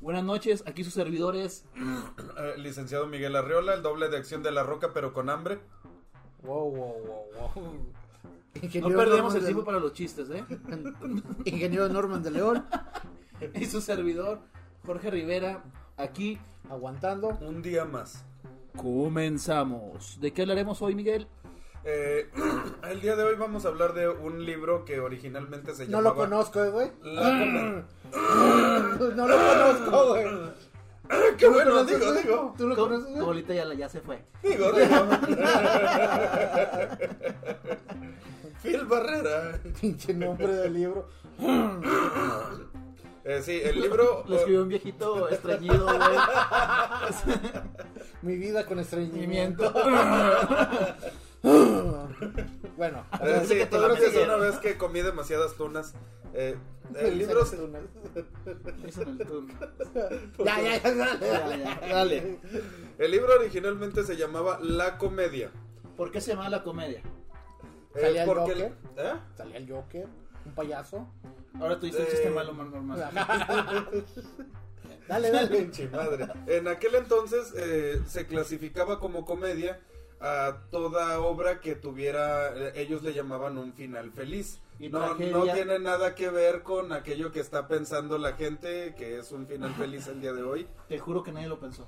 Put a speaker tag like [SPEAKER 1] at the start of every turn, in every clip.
[SPEAKER 1] Buenas noches, aquí sus servidores.
[SPEAKER 2] Eh, licenciado Miguel Arriola, el doble de acción de la roca, pero con hambre.
[SPEAKER 3] Wow, wow, wow, wow.
[SPEAKER 1] No
[SPEAKER 3] Ingeniero
[SPEAKER 1] perdemos
[SPEAKER 3] Norman
[SPEAKER 1] el
[SPEAKER 3] de-
[SPEAKER 1] tiempo para los chistes, ¿eh?
[SPEAKER 3] Ingeniero Norman de León,
[SPEAKER 1] Y su servidor, Jorge Rivera, aquí
[SPEAKER 3] aguantando.
[SPEAKER 2] Un día más.
[SPEAKER 1] comenzamos. ¿De qué hablaremos hoy, Miguel?
[SPEAKER 2] Eh, el día de hoy vamos a hablar de un libro que originalmente se
[SPEAKER 3] No
[SPEAKER 2] llamaba.
[SPEAKER 3] lo conozco, eh, güey.
[SPEAKER 2] La-
[SPEAKER 3] No lo conozco, güey.
[SPEAKER 2] ¡Qué
[SPEAKER 3] ¿Tú lo
[SPEAKER 2] bueno!
[SPEAKER 3] conoces,
[SPEAKER 2] Digo,
[SPEAKER 3] güey?
[SPEAKER 2] digo.
[SPEAKER 3] ¿Tú lo
[SPEAKER 1] Co-
[SPEAKER 3] conoces, güey?
[SPEAKER 1] Ahorita ya, la- ya se fue.
[SPEAKER 2] Digo, digo. Phil Barrera.
[SPEAKER 3] Pinche nombre del libro.
[SPEAKER 2] Eh, sí, el libro. eh,
[SPEAKER 1] Lo escribió un viejito estreñido, güey.
[SPEAKER 3] Mi vida con estreñimiento.
[SPEAKER 1] Miento.
[SPEAKER 3] Bueno, o
[SPEAKER 2] Eh,
[SPEAKER 3] sea,
[SPEAKER 2] sí,
[SPEAKER 3] que te
[SPEAKER 2] todo
[SPEAKER 3] la
[SPEAKER 2] gracias a
[SPEAKER 3] metieron.
[SPEAKER 2] una vez que comí demasiadas tunas. Eh, el
[SPEAKER 3] Feliz
[SPEAKER 2] libro se-
[SPEAKER 3] Fortuna.
[SPEAKER 1] Eso en el turno.
[SPEAKER 3] Ya, ya, ya, dale,
[SPEAKER 1] Ya,
[SPEAKER 3] dale.
[SPEAKER 1] ya, Dale.
[SPEAKER 2] el libro originalmente se llamaba La Comedia.
[SPEAKER 1] ¿Por qué se llama la comedia?
[SPEAKER 2] Eh,
[SPEAKER 3] ¿Salía el
[SPEAKER 2] porque-
[SPEAKER 3] Joker?
[SPEAKER 2] ¿Eh?
[SPEAKER 3] Salía el Joker, un payaso.
[SPEAKER 1] Ahora tú dices
[SPEAKER 2] Eh.
[SPEAKER 1] el chiste malo, más normal.
[SPEAKER 3] Dale, dale.
[SPEAKER 2] Pinche madre. En aquel entonces eh, se clasificaba como comedia a toda obra que tuviera, eh, ellos le llamaban un final feliz.
[SPEAKER 1] Y
[SPEAKER 2] No, no
[SPEAKER 1] tragedia.
[SPEAKER 2] tiene nada que ver con aquello que está pensando la gente, que es un final feliz el día de hoy.
[SPEAKER 1] Te juro que nadie lo pensó.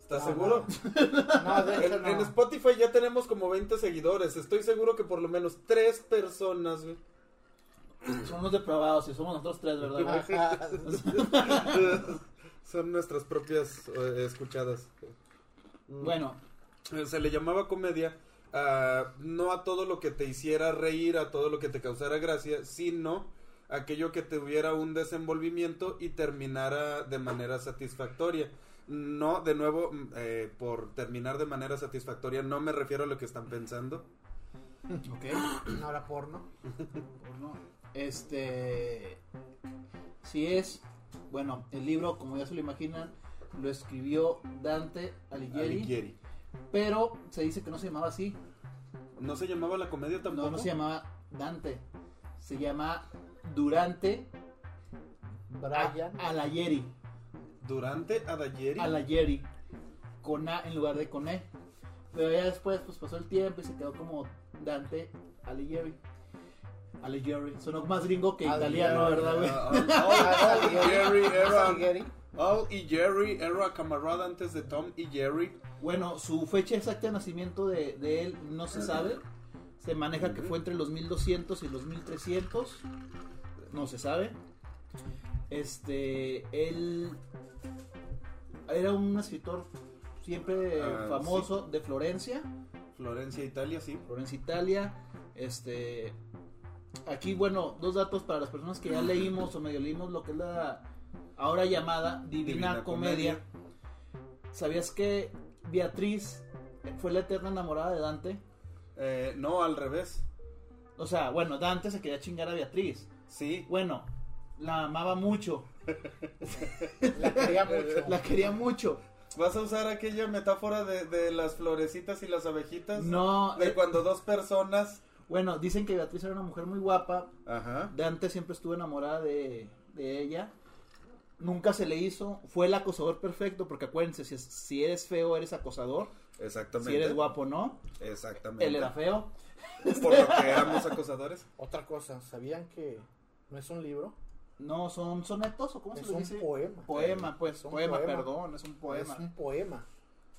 [SPEAKER 2] ¿Estás
[SPEAKER 1] Ah,
[SPEAKER 3] No,
[SPEAKER 2] seguro?
[SPEAKER 3] No, de hecho,
[SPEAKER 2] En, en
[SPEAKER 3] no.
[SPEAKER 2] Spotify ya tenemos como 20 seguidores. Estoy seguro que por lo menos tres personas. güey.
[SPEAKER 1] Son unos depravados y somos nosotros tres, ¿verdad?
[SPEAKER 3] Ajá.
[SPEAKER 2] Son nuestras propias eh, escuchadas.
[SPEAKER 1] Bueno,
[SPEAKER 2] Eh, se le llamaba comedia a, no a todo lo que te hiciera reír, a todo lo que te causara gracia, sino aquello que tuviera un desenvolvimiento y terminara de manera satisfactoria. No, de nuevo, mm, eh, por terminar de manera satisfactoria, no me refiero a lo que están pensando.
[SPEAKER 1] ok.
[SPEAKER 3] No era porno.
[SPEAKER 1] porno. Este. Si es. Bueno, el libro, como ya se lo imaginan, lo escribió Dante Alighieri.
[SPEAKER 2] Alighieri.
[SPEAKER 1] Pero se dice que no se llamaba así.
[SPEAKER 2] ¿No se llamaba la comedia tampoco?
[SPEAKER 1] No, no se llamaba Dante. Se llama Durante
[SPEAKER 2] Ah,
[SPEAKER 3] Brian.
[SPEAKER 1] A- Alighieri.
[SPEAKER 2] ¿Durante Alighieri?
[SPEAKER 1] Alighieri. Con A en lugar de con E. Pero ya después pues, pasó el tiempo y se quedó como Dante Alighieri. Alighieri. Sonó más gringo que
[SPEAKER 3] Alighieri.
[SPEAKER 1] italiano, ¿verdad, güey?
[SPEAKER 2] Ah, ah, all Alighieri era-
[SPEAKER 3] Alighieri.
[SPEAKER 2] All y Jerry era camarada antes de Tom y Jerry.
[SPEAKER 1] Bueno, su fecha exacta de nacimiento de, de él no se sabe. Se maneja que fue entre los 1200 y los 1300. No se sabe. Este, él era un escritor siempre
[SPEAKER 2] Ah,
[SPEAKER 1] famoso de Florencia,
[SPEAKER 2] Florencia, Italia, sí.
[SPEAKER 1] Florencia, Italia. Este, aquí, bueno, dos datos para las personas que ya leímos o medio leímos lo que es la ahora llamada Divina,
[SPEAKER 2] Divina
[SPEAKER 1] Comedia.
[SPEAKER 2] Comedia.
[SPEAKER 1] ¿Sabías que Beatriz fue la eterna enamorada de Dante?
[SPEAKER 2] Eh, no, al revés.
[SPEAKER 1] O sea, bueno, Dante se quería chingar a Beatriz.
[SPEAKER 2] Sí.
[SPEAKER 1] Bueno, la amaba mucho,
[SPEAKER 3] La quería mucho.
[SPEAKER 1] la quería mucho.
[SPEAKER 2] ¿Vas a usar aquella metáfora de, de las florecitas y las abejitas?
[SPEAKER 1] No,
[SPEAKER 2] De
[SPEAKER 1] eh,
[SPEAKER 2] cuando dos personas.
[SPEAKER 1] bueno, dicen que Beatriz era una mujer muy guapa.
[SPEAKER 2] Ajá.
[SPEAKER 1] Dante siempre estuvo enamorada de, de ella. Nunca se le hizo. Fue el acosador perfecto, porque acuérdense, si, es- si eres feo, eres acosador.
[SPEAKER 2] Exactamente.
[SPEAKER 1] Si eres guapo, no.
[SPEAKER 2] Exactamente.
[SPEAKER 1] Él era feo.
[SPEAKER 2] Por lo que éramos acosadores.
[SPEAKER 3] Otra cosa, ¿sabían que no es un libro?
[SPEAKER 1] No, son sonetos o cómo
[SPEAKER 3] Es
[SPEAKER 1] se le
[SPEAKER 3] un
[SPEAKER 1] dice.
[SPEAKER 3] poema.
[SPEAKER 1] Poema, pues,
[SPEAKER 3] Es un
[SPEAKER 1] poema,
[SPEAKER 3] poema.
[SPEAKER 1] perdón, es un poema.
[SPEAKER 3] Es un poema.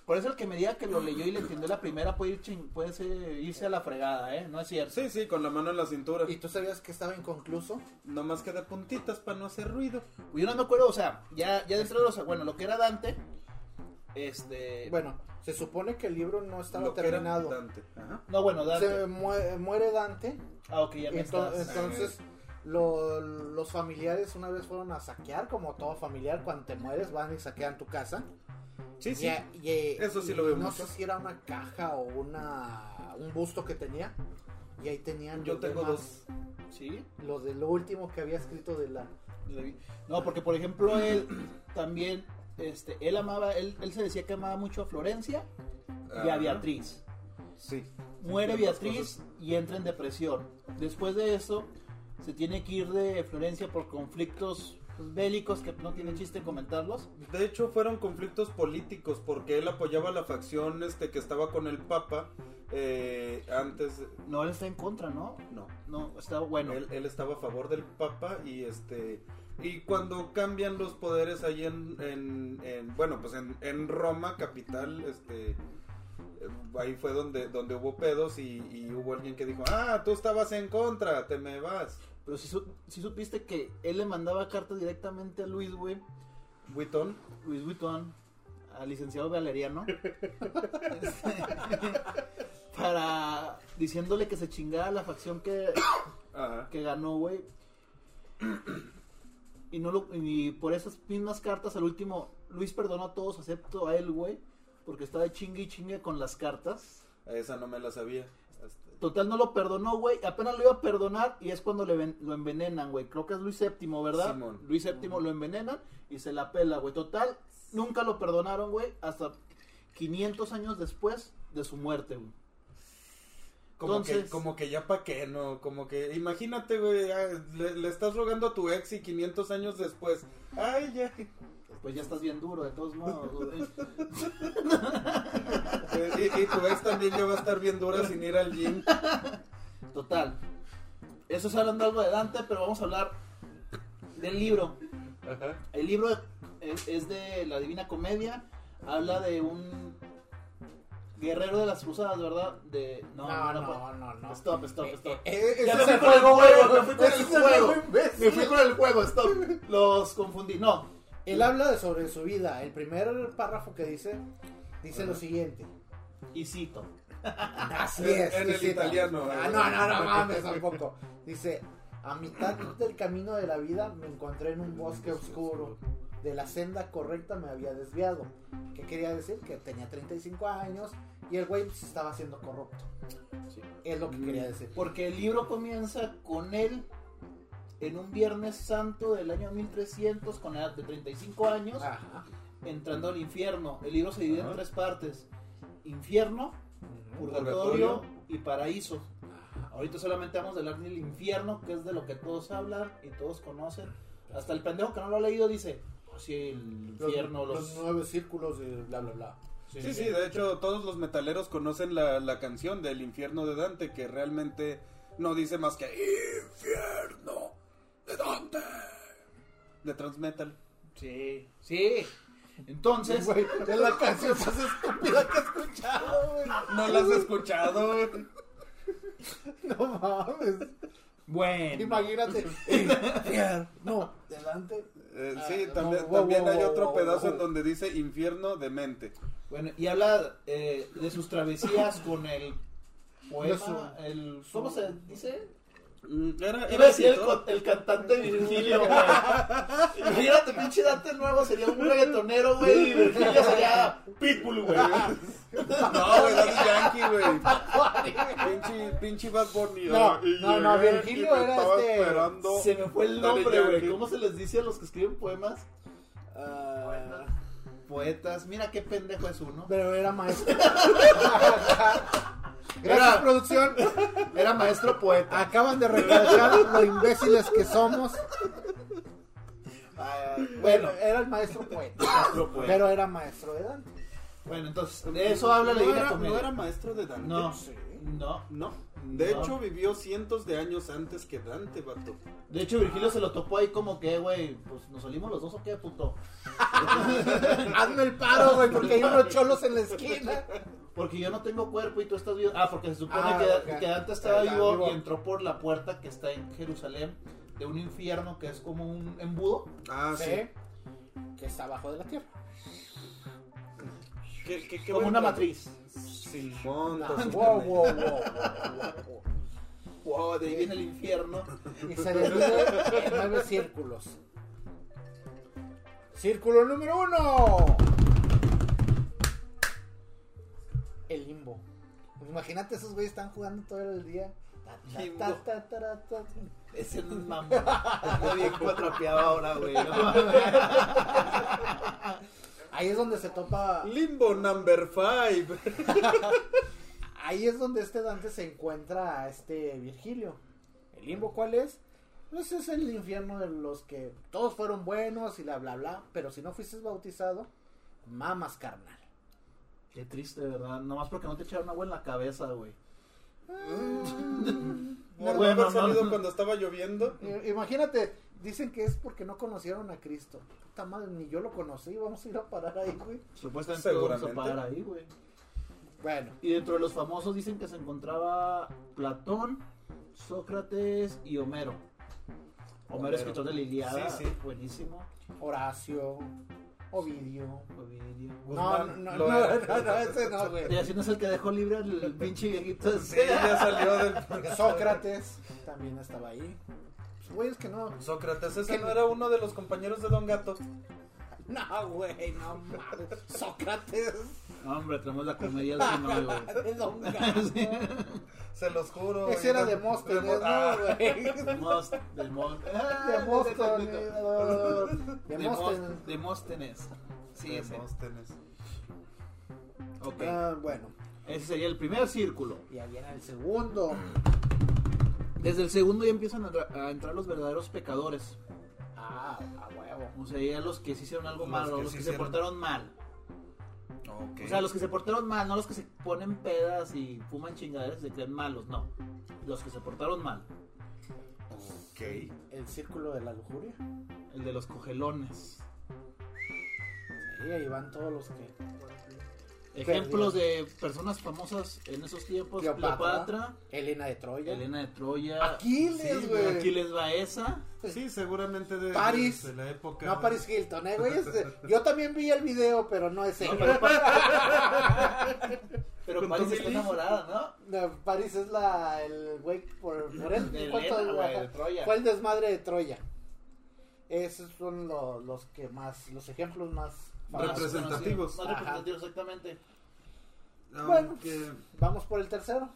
[SPEAKER 1] Por eso el que me diga que lo leyó y le entendió la primera puede, ir chin- puede ser- irse a la fregada, ¿eh? No es cierto.
[SPEAKER 2] Sí, sí, con la mano en la cintura.
[SPEAKER 3] ¿Y tú sabías que estaba inconcluso?
[SPEAKER 2] Nomás que de puntitas para no hacer ruido.
[SPEAKER 1] Yo no me acuerdo, o sea, ya, ya dentro de los... Bueno, lo que era Dante, este...
[SPEAKER 3] Bueno, se supone que el libro no estaba
[SPEAKER 2] Eh, Lo que era
[SPEAKER 3] terminado.
[SPEAKER 2] Dante. Ajá.
[SPEAKER 1] no, bueno, Dante...
[SPEAKER 3] Se mue- muere Dante.
[SPEAKER 1] Ah, ok, ya me
[SPEAKER 3] Ento-
[SPEAKER 1] estás...
[SPEAKER 3] entonces, lo- los familiares una vez fueron a saquear, como todo familiar, cuando te mueres van y saquean tu casa.
[SPEAKER 2] Sí, sí.
[SPEAKER 3] Ya- y-
[SPEAKER 2] Eso sí
[SPEAKER 3] y
[SPEAKER 2] lo veo
[SPEAKER 3] No
[SPEAKER 2] mucho.
[SPEAKER 3] sé si era una caja o una un busto que tenía. Y ahí tenían
[SPEAKER 2] Yo
[SPEAKER 3] los
[SPEAKER 2] tengo
[SPEAKER 3] demás,
[SPEAKER 1] Sí,
[SPEAKER 3] Los de lo último que había escrito de la.
[SPEAKER 1] Pues, No, porque por ejemplo él también, este, él amaba, él, él se decía que amaba mucho a Florencia y a
[SPEAKER 2] Ajá.
[SPEAKER 1] Beatriz.
[SPEAKER 2] Sí.
[SPEAKER 1] Muere
[SPEAKER 2] Sí, las
[SPEAKER 1] Beatriz y entra en depresión. Después de eso, se tiene que ir de Florencia por conflictos pues, bélicos que no tiene chiste comentarlos.
[SPEAKER 2] De hecho, fueron conflictos políticos porque él apoyaba a la facción este que estaba con el Papa eh, antes.
[SPEAKER 1] No, él está en contra, ¿no?
[SPEAKER 2] No,
[SPEAKER 1] No, está bueno.
[SPEAKER 2] él, él estaba a favor del Papa y este. Y cuando cambian los poderes ahí en, en- en- bueno, pues en, en Roma, capital, este, eh, ahí fue donde, donde hubo pedos y, y hubo alguien que dijo, ah, tú estabas en contra, te me vas.
[SPEAKER 1] Pero si, supiste que él le mandaba cartas directamente a Luis, güey.
[SPEAKER 2] Buitón.
[SPEAKER 1] Luis Vuitton, al licenciado Valeriano, este, para diciéndole que se chingara la facción que,
[SPEAKER 2] Ajá.
[SPEAKER 1] que ganó, güey. Y, no lo, y por esas mismas cartas, al último, Luis perdonó a todos, excepto a él, güey, porque estaba de chingue y chingue con las cartas.
[SPEAKER 2] ah, Esa no me la sabía. Este, Hasta-
[SPEAKER 1] Total, no lo perdonó, güey. Apenas lo iba a perdonar y es cuando le ven- lo envenenan, güey. Creo que es Luis VII, ¿verdad?
[SPEAKER 2] Simón.
[SPEAKER 1] Luis VII lo envenenan y se la pela, güey. Total, nunca lo perdonaron, güey. Hasta 500 años después de su muerte, güey.
[SPEAKER 2] Como, que,
[SPEAKER 1] Entonces-
[SPEAKER 2] como que ya pa' qué, ¿no? Como que, imagínate, güey, ah, le, le estás rogando a tu ex y 500 años después. Ay, ya.
[SPEAKER 1] Pues ya estás bien duro, de todos modos, güey.
[SPEAKER 2] Y, y tu ex también ya va a estar bien dura sin ir al gym.
[SPEAKER 1] Total. Eso es hablando algo adelante, pero vamos a hablar del libro.
[SPEAKER 2] Ajá.
[SPEAKER 1] El libro es, es de la Divina Comedia. Habla de un guerrero de las cruzadas, ¿verdad? De... No,
[SPEAKER 3] No,
[SPEAKER 1] era
[SPEAKER 3] no,
[SPEAKER 1] pa-
[SPEAKER 3] no, no.
[SPEAKER 1] Stop, stop, stop.
[SPEAKER 3] Eh, eh,
[SPEAKER 1] Ya
[SPEAKER 3] ese
[SPEAKER 1] me
[SPEAKER 3] es
[SPEAKER 1] fui con el juego, me fui con
[SPEAKER 3] ese
[SPEAKER 1] el
[SPEAKER 3] es nuevo
[SPEAKER 1] juego.
[SPEAKER 3] imbécil.
[SPEAKER 1] Me fui con el juego, stop. Los confundí. No,
[SPEAKER 3] Él habla de sobre su vida. El primer párrafo que dice dice lo siguiente.
[SPEAKER 1] y cito.
[SPEAKER 3] Así
[SPEAKER 2] En-
[SPEAKER 3] es.
[SPEAKER 2] en el
[SPEAKER 3] visita.
[SPEAKER 2] italiano.
[SPEAKER 3] Ah, no, no, no mames tampoco. Dice, a mitad del camino de la vida me encontré en un bosque oscuro. De la senda correcta me había desviado. ¿Qué quería decir? Que tenía 35 años y el güey pues, estaba siendo corrupto. Es lo que quería decir.
[SPEAKER 1] Porque el libro comienza con él en un Viernes Santo del año 1300, con edad de 35 años,
[SPEAKER 3] Ajá.
[SPEAKER 1] entrando al infierno. El libro se divide
[SPEAKER 2] Ajá.
[SPEAKER 1] en tres partes. Infierno, purgatorio y paraíso. Ahorita solamente vamos a hablar del infierno, que es de lo que todos hablan y todos conocen. Hasta el pendejo que no lo ha leído dice, oh, sí, el
[SPEAKER 3] Los,
[SPEAKER 1] infierno, los...
[SPEAKER 3] los nueve círculos de bla, bla, bla.
[SPEAKER 2] Sí, sí, de hecho, todos los metaleros conocen la, la canción del infierno de Dante, que realmente no dice más que infierno de Dante. De Transmetal.
[SPEAKER 1] Sí, sí. Entonces,
[SPEAKER 3] Güey, es la canción más estúpida que he escuchado, güey.
[SPEAKER 2] No las has escuchado. Eh,
[SPEAKER 3] No mames.
[SPEAKER 1] bueno,
[SPEAKER 3] Imagínate. No, delante.
[SPEAKER 2] Eh,
[SPEAKER 3] Ah,
[SPEAKER 2] sí,
[SPEAKER 3] no,
[SPEAKER 2] también,
[SPEAKER 3] wow,
[SPEAKER 2] también
[SPEAKER 3] wow,
[SPEAKER 2] hay
[SPEAKER 3] wow,
[SPEAKER 2] otro
[SPEAKER 3] wow,
[SPEAKER 2] pedazo
[SPEAKER 3] wow.
[SPEAKER 2] en donde dice infierno de mente.
[SPEAKER 1] bueno, y habla eh, de sus travesías con el poema,
[SPEAKER 3] su-
[SPEAKER 1] el... ¿Cómo se dice?
[SPEAKER 2] Mm, Era,
[SPEAKER 1] Iba a
[SPEAKER 2] era
[SPEAKER 1] decir el,
[SPEAKER 2] escritor.
[SPEAKER 1] con- el cantante Virgilio, güey. Imagínate, pinche Dante nuevo sería un reggaetonero, güey, y Virgilio sería Pitbull, güey.
[SPEAKER 2] No, güey, Daddy Yankee, güey. pinche, pinche Bad Bunny.
[SPEAKER 3] No,
[SPEAKER 2] ah, y
[SPEAKER 3] no, no,
[SPEAKER 2] llegué
[SPEAKER 3] Virgilio
[SPEAKER 2] y me
[SPEAKER 3] era
[SPEAKER 2] estaba
[SPEAKER 3] este-
[SPEAKER 2] esperando.
[SPEAKER 1] Se me fue el
[SPEAKER 2] Daddy
[SPEAKER 1] nombre, güey.
[SPEAKER 2] Yankee.
[SPEAKER 1] ¿Cómo se les dice a los que escriben poemas?
[SPEAKER 3] Ah,
[SPEAKER 1] Poetas. Mira qué pendejo es uno.
[SPEAKER 3] pero era maestro. Gracias,
[SPEAKER 1] Era-
[SPEAKER 3] producción.
[SPEAKER 1] Era maestro poeta.
[SPEAKER 3] Acaban de recalcar lo imbéciles que somos.
[SPEAKER 1] bueno,
[SPEAKER 3] Bueno, era el maestro poeta.
[SPEAKER 1] maestro poeta.
[SPEAKER 3] Pero era maestro de Dante.
[SPEAKER 1] Bueno, entonces, de eso habla la
[SPEAKER 2] no
[SPEAKER 1] Divina
[SPEAKER 2] era, no era
[SPEAKER 1] Comedia.
[SPEAKER 2] maestro de Dante.
[SPEAKER 1] No,
[SPEAKER 3] Sí.
[SPEAKER 1] no.
[SPEAKER 2] No. De
[SPEAKER 1] No.
[SPEAKER 2] hecho, vivió cientos de años antes que Dante, vato.
[SPEAKER 1] De hecho, Virgilio se lo topó ahí como que, güey, pues nos salimos los dos o qué, puto.
[SPEAKER 3] Hazme el paro, güey, porque hay unos cholos en la esquina.
[SPEAKER 1] Porque yo no tengo cuerpo y tú estás vivo. Ah, porque se supone
[SPEAKER 3] Ah,
[SPEAKER 1] que,
[SPEAKER 3] ok.
[SPEAKER 1] que Dante estaba
[SPEAKER 3] Está
[SPEAKER 1] vivo,
[SPEAKER 3] vivo.
[SPEAKER 1] y entró por la puerta que está en Jerusalén de un infierno que es como un embudo.
[SPEAKER 2] Ah, sí.
[SPEAKER 3] Ve ¿Eh? Que está abajo de la tierra.
[SPEAKER 2] ¿Qué- qué- qué
[SPEAKER 1] como
[SPEAKER 2] buen
[SPEAKER 1] una
[SPEAKER 2] plan.
[SPEAKER 1] matriz.
[SPEAKER 2] Simón,
[SPEAKER 3] No,
[SPEAKER 2] totalmente.
[SPEAKER 3] wow, wow, wow, wow,
[SPEAKER 1] Wow, de ahí viene el infierno.
[SPEAKER 3] wow. Y se divide en nueve círculos. Círculo número uno. El limbo. Pues Imagínate esos güeyes están jugando todo el día. Ta, ta,
[SPEAKER 1] Limbo.
[SPEAKER 3] ta, ta, ta, ta, ta.
[SPEAKER 1] Ese no es mamón. Anda bien cuatrapeado ahora, güey. no mames.
[SPEAKER 3] Ahí es donde se topa.
[SPEAKER 2] Limbo number five.
[SPEAKER 3] Ahí es donde este Dante se encuentra a este Virgilio. ¿El limbo cuál es? Pues es el infierno de los que todos fueron buenos y la bla bla, pero si no fuiste bautizado, mamas carnal.
[SPEAKER 1] Qué triste, ¿verdad? Nomás porque no te echaron agua en la cabeza, güey.
[SPEAKER 2] Por no
[SPEAKER 1] Bueno,
[SPEAKER 2] haber
[SPEAKER 1] no.
[SPEAKER 2] salido cuando estaba lloviendo.
[SPEAKER 3] I- eh, Imagínate, dicen que es porque no conocieron a Cristo. Puta madre, ni yo lo conocí, vamos a ir a parar ahí, güey.
[SPEAKER 1] Supuestamente lo vamos a
[SPEAKER 2] Seguramente.
[SPEAKER 1] parar ahí, güey.
[SPEAKER 3] Bueno,
[SPEAKER 1] Y dentro de los famosos dicen que se encontraba Platón, Sócrates y Homero. Homero,
[SPEAKER 2] Homero.
[SPEAKER 1] escritor de la Iliada,
[SPEAKER 2] Sí, sí.
[SPEAKER 1] buenísimo.
[SPEAKER 3] Oracio, Ovidio.
[SPEAKER 1] Ovidio.
[SPEAKER 3] No,
[SPEAKER 2] Guzmán,
[SPEAKER 3] no, no,
[SPEAKER 2] lo
[SPEAKER 3] no,
[SPEAKER 2] era.
[SPEAKER 3] no, no, ese no, güey.
[SPEAKER 1] Y así no es el que dejó libre al pinche viejito. ese.
[SPEAKER 2] Sí, ya salió del...
[SPEAKER 3] Porque Sócrates también estaba ahí. Pues, güey, es que no.
[SPEAKER 2] Sócrates, ese no era uno de los compañeros de Don Gato.
[SPEAKER 3] No, güey, no mames. Sócrates.
[SPEAKER 1] No, hombre, tenemos la comedia encima, güey.
[SPEAKER 3] De Don Gato.
[SPEAKER 1] Sí.
[SPEAKER 2] Se los juro.
[SPEAKER 3] Ese era
[SPEAKER 2] Era-
[SPEAKER 3] de Móstoles,
[SPEAKER 2] Mo- Ah,
[SPEAKER 3] ¿no, güey?
[SPEAKER 1] Most, del Most.
[SPEAKER 3] Ah,
[SPEAKER 1] Ah,
[SPEAKER 3] De Móstoles. De
[SPEAKER 1] De Most,
[SPEAKER 3] Móstoles.
[SPEAKER 1] de Móstenes. Sí,
[SPEAKER 2] de
[SPEAKER 1] ese.
[SPEAKER 2] Demóstenes.
[SPEAKER 1] Ok.
[SPEAKER 3] Ah, bueno,
[SPEAKER 1] Ese sería el primer círculo.
[SPEAKER 3] y ahí viene el segundo.
[SPEAKER 1] Desde el segundo ya empiezan a, tra- a entrar los verdaderos pecadores.
[SPEAKER 3] Ah, a huevo.
[SPEAKER 1] O sea, ya los que se hicieron algo
[SPEAKER 2] Los
[SPEAKER 1] malo,
[SPEAKER 2] que
[SPEAKER 1] los
[SPEAKER 2] se
[SPEAKER 1] que se
[SPEAKER 2] hicieron-
[SPEAKER 1] portaron mal.
[SPEAKER 2] Ok.
[SPEAKER 1] O sea, los que se portaron mal, no los que se ponen pedas y fuman chingaderas y se creen malos, no. Los que se portaron mal.
[SPEAKER 2] Ok.
[SPEAKER 3] El círculo de la lujuria.
[SPEAKER 1] El de los cogelones.
[SPEAKER 3] Sí, ahí van todos los que.
[SPEAKER 1] Ejemplos de personas famosas en esos tiempos:
[SPEAKER 3] Cleopatra.
[SPEAKER 1] Cleopatra,
[SPEAKER 3] Elena de Troya.
[SPEAKER 1] Elena de Troya,
[SPEAKER 3] Aquiles,
[SPEAKER 2] Sí,
[SPEAKER 3] güey.
[SPEAKER 1] Aquiles Baeza.
[SPEAKER 2] Sí, seguramente de,
[SPEAKER 3] París.
[SPEAKER 2] de la época.
[SPEAKER 3] No Paris Hilton, eh, güey. Este, Yo también vi el video, pero no es él.
[SPEAKER 1] No, pero Pa- Pero
[SPEAKER 2] Con
[SPEAKER 1] París
[SPEAKER 2] Tommy
[SPEAKER 1] está
[SPEAKER 2] Lee.
[SPEAKER 1] enamorada,
[SPEAKER 3] No, París es la el güey por, por él.
[SPEAKER 1] ¿no? De
[SPEAKER 3] ¿Cuánto-
[SPEAKER 1] Elena, güey,
[SPEAKER 3] ajá?
[SPEAKER 1] de Troya.
[SPEAKER 3] Fue el desmadre de Troya. Esos son lo- los que más, los ejemplos más famosos.
[SPEAKER 2] Represent- representativos.
[SPEAKER 1] Más representativos, exactamente.
[SPEAKER 2] Aunque-
[SPEAKER 3] Vamos por el tercero.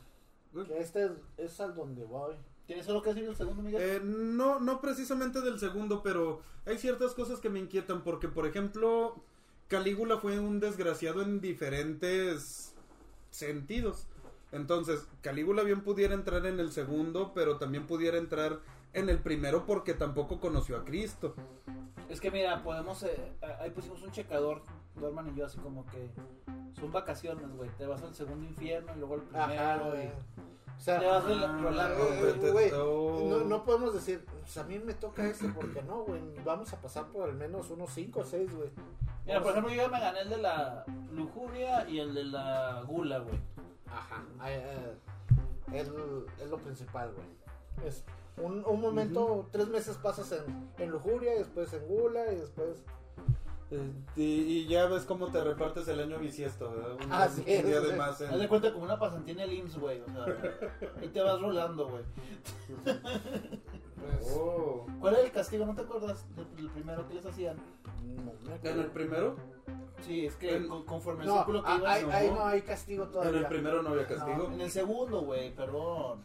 [SPEAKER 2] Uy.
[SPEAKER 3] Que este es, es al donde voy.
[SPEAKER 1] ¿Tienes algo que decir del segundo, Miguel?
[SPEAKER 2] Eh, no, no precisamente del segundo, pero hay ciertas cosas que me inquietan. Porque, por ejemplo, Calígula fue un desgraciado en diferentes sentidos. Entonces, Calígula bien pudiera entrar en el segundo, pero también pudiera entrar en el primero porque tampoco conoció a Cristo.
[SPEAKER 1] Es que mira, podemos. eh, ahí pusimos un checador, Dorman y yo, así como que. Son vacaciones, güey. Te vas al segundo infierno y luego al primero.
[SPEAKER 3] Ajá,
[SPEAKER 1] y-
[SPEAKER 3] güey. O
[SPEAKER 1] Te
[SPEAKER 3] sea,
[SPEAKER 1] vas del otro lado,
[SPEAKER 3] eh,
[SPEAKER 1] güey.
[SPEAKER 2] te-
[SPEAKER 3] güey,
[SPEAKER 2] oh.
[SPEAKER 3] no, no podemos decir, pues a mí me toca este porque no, güey. Vamos a pasar por al menos unos 5 o 6, güey.
[SPEAKER 1] Mira, por ejemplo, yo ya me gané el de la lujuria y el de la gula, güey.
[SPEAKER 3] Ajá. ay, eh, es, es lo principal, güey. Es un, un momento, tres meses pasas en, en lujuria, y después en gula y después...
[SPEAKER 2] Eh, Y, y ya ves cómo te repartes el año bisiesto, ¿verdad? Un,
[SPEAKER 3] Así
[SPEAKER 2] un
[SPEAKER 3] es,
[SPEAKER 2] día de
[SPEAKER 3] güey.
[SPEAKER 2] más. en-
[SPEAKER 1] Haz de cuenta como una pasantía en el IMSS, güey. O sea, ahí te vas rolando, güey.
[SPEAKER 3] pues,
[SPEAKER 2] Oh.
[SPEAKER 1] ¿Cuál era el castigo? ¿No te acuerdas del del primero que les hacían?
[SPEAKER 3] no, no
[SPEAKER 2] ¿En el primero?
[SPEAKER 1] Sí, es que
[SPEAKER 2] En-
[SPEAKER 1] con- conforme el
[SPEAKER 3] No,
[SPEAKER 1] círculo que
[SPEAKER 3] ah,
[SPEAKER 1] ibas,
[SPEAKER 3] ahí,
[SPEAKER 1] no.
[SPEAKER 3] ahí no hay castigo
[SPEAKER 2] En
[SPEAKER 3] todavía.
[SPEAKER 2] el primero no había castigo.
[SPEAKER 1] En el segundo, güey, perdón.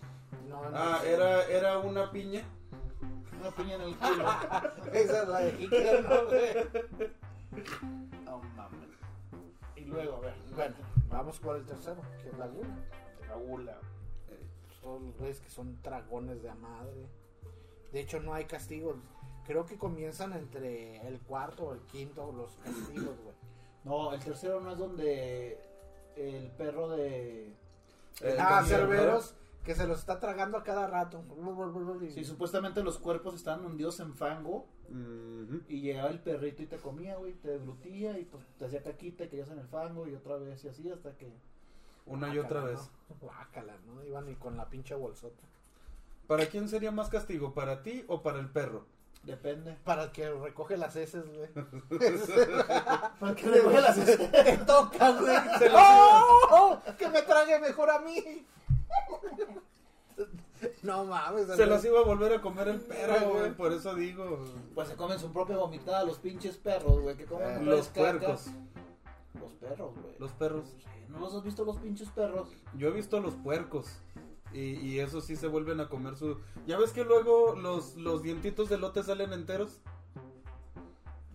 [SPEAKER 3] No, no.
[SPEAKER 2] Ah, era, era una piña.
[SPEAKER 1] Una piña en el culo.
[SPEAKER 3] Esa es la de Hitler, ¿no, güey?
[SPEAKER 1] No mames. Y luego, a ver,
[SPEAKER 3] Bueno, vamos por el tercero, que es la gula.
[SPEAKER 1] la gula.
[SPEAKER 3] Todos los güeyes que son dragones de a madre. De hecho, no hay castigos. Creo que comienzan entre el cuarto o el quinto los castigos, güey.
[SPEAKER 1] No, el tercero no es donde el perro de.
[SPEAKER 2] Eh,
[SPEAKER 3] Ah,
[SPEAKER 2] con
[SPEAKER 3] Cerberos, que se los está tragando a cada rato.
[SPEAKER 1] Sí, supuestamente los cuerpos estaban hundidos en fango
[SPEAKER 2] Mhm.
[SPEAKER 1] y llegaba el perrito y te comía, güey, te deglutía y pues te hacía caquita y caías en el fango y otra vez y así hasta que.
[SPEAKER 3] Ah,
[SPEAKER 2] Una y otra vez.
[SPEAKER 3] Guácala, ¿no? Iban y con la pinche bolsota.
[SPEAKER 2] ¿Para quién sería más castigo? ¿Para ti o para el perro?
[SPEAKER 1] Depende.
[SPEAKER 3] Para el que recoge las heces, güey.
[SPEAKER 1] ¿Para qué recoge las
[SPEAKER 3] Te toca, güey. ¡Oh! Que me trague mejor a mí. No mames.
[SPEAKER 2] Se las iba a volver a comer el
[SPEAKER 3] Ay,
[SPEAKER 2] perro,
[SPEAKER 3] güey.
[SPEAKER 2] güey. Por eso digo.
[SPEAKER 1] Pues se comen su propia vomitada los pinches perros, güey, que comen
[SPEAKER 3] Eh,
[SPEAKER 1] otra
[SPEAKER 2] Los
[SPEAKER 1] vez caca.
[SPEAKER 2] puercos.
[SPEAKER 1] Los perros, güey.
[SPEAKER 2] Los perros.
[SPEAKER 1] Sí, ¿No los has visto los pinches perros?
[SPEAKER 2] Yo he visto los puercos. Y, y esos sí se vuelven a comer su. ¿Ya ves que luego los, los dientitos de lote salen enteros?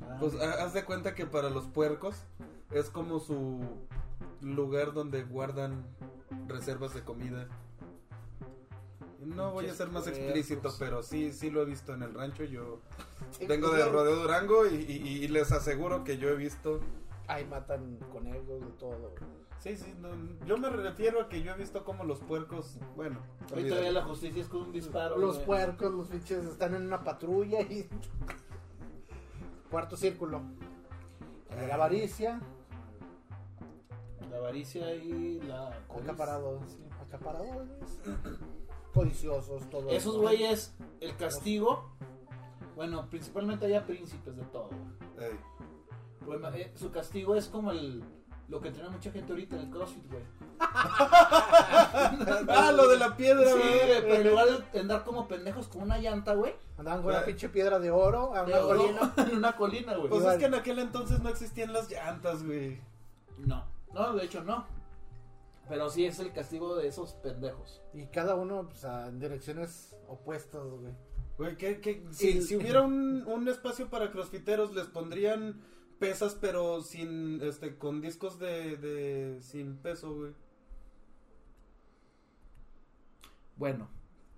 [SPEAKER 1] Ah,
[SPEAKER 2] Pues ha- haz de cuenta que para los puercos es como su lugar donde guardan reservas de comida. No voy a ser más
[SPEAKER 3] Pinches
[SPEAKER 2] explícito,
[SPEAKER 3] puercos.
[SPEAKER 2] pero sí, sí lo he visto en el rancho. Yo
[SPEAKER 3] Sí,
[SPEAKER 2] vengo
[SPEAKER 3] pues,
[SPEAKER 2] de
[SPEAKER 3] yo-
[SPEAKER 2] Rodeo Durango y, y- y les aseguro que yo he visto.
[SPEAKER 3] Ahí matan conejos de todo.
[SPEAKER 2] Sí, sí, no, yo me refiero a que yo he visto como los puercos. Bueno,
[SPEAKER 1] Ahorita ya la justicia es con un disparo.
[SPEAKER 3] Los
[SPEAKER 1] güey.
[SPEAKER 3] puercos, los pinches están en una patrulla y. Cuarto círculo. La avaricia,
[SPEAKER 1] La avaricia y la.
[SPEAKER 3] acaparadores. Acaparadores. Codiciosos, todo
[SPEAKER 1] Esos
[SPEAKER 3] eso.
[SPEAKER 1] güeyes, el castigo. Bueno, principalmente había príncipes de todo. güey.
[SPEAKER 2] Ey,
[SPEAKER 1] Bueno, eh, su castigo es como el. Lo que entrena mucha gente ahorita en el CrossFit, güey.
[SPEAKER 2] Ah, lo de la
[SPEAKER 1] Sí,
[SPEAKER 2] piedra,
[SPEAKER 1] güey,
[SPEAKER 2] güey.
[SPEAKER 1] pero en lugar de andar como pendejos con una llanta, güey.
[SPEAKER 3] Andaban con una
[SPEAKER 2] Eh.
[SPEAKER 3] pinche piedra de oro a
[SPEAKER 1] de
[SPEAKER 3] una
[SPEAKER 1] oro,
[SPEAKER 3] colina.
[SPEAKER 1] En una colina, güey.
[SPEAKER 2] Pues es que en aquel entonces no existían las llantas, güey.
[SPEAKER 1] No, no, de hecho no. Pero sí es el castigo de esos pendejos.
[SPEAKER 3] Y cada uno pues, a- en direcciones opuestas, güey.
[SPEAKER 2] Güey, ¿qué- qué- si, si hubiera un, un espacio para crossfiteros, les pondrían pesas, pero sin, este, con discos de, de sin peso, güey.
[SPEAKER 1] Bueno,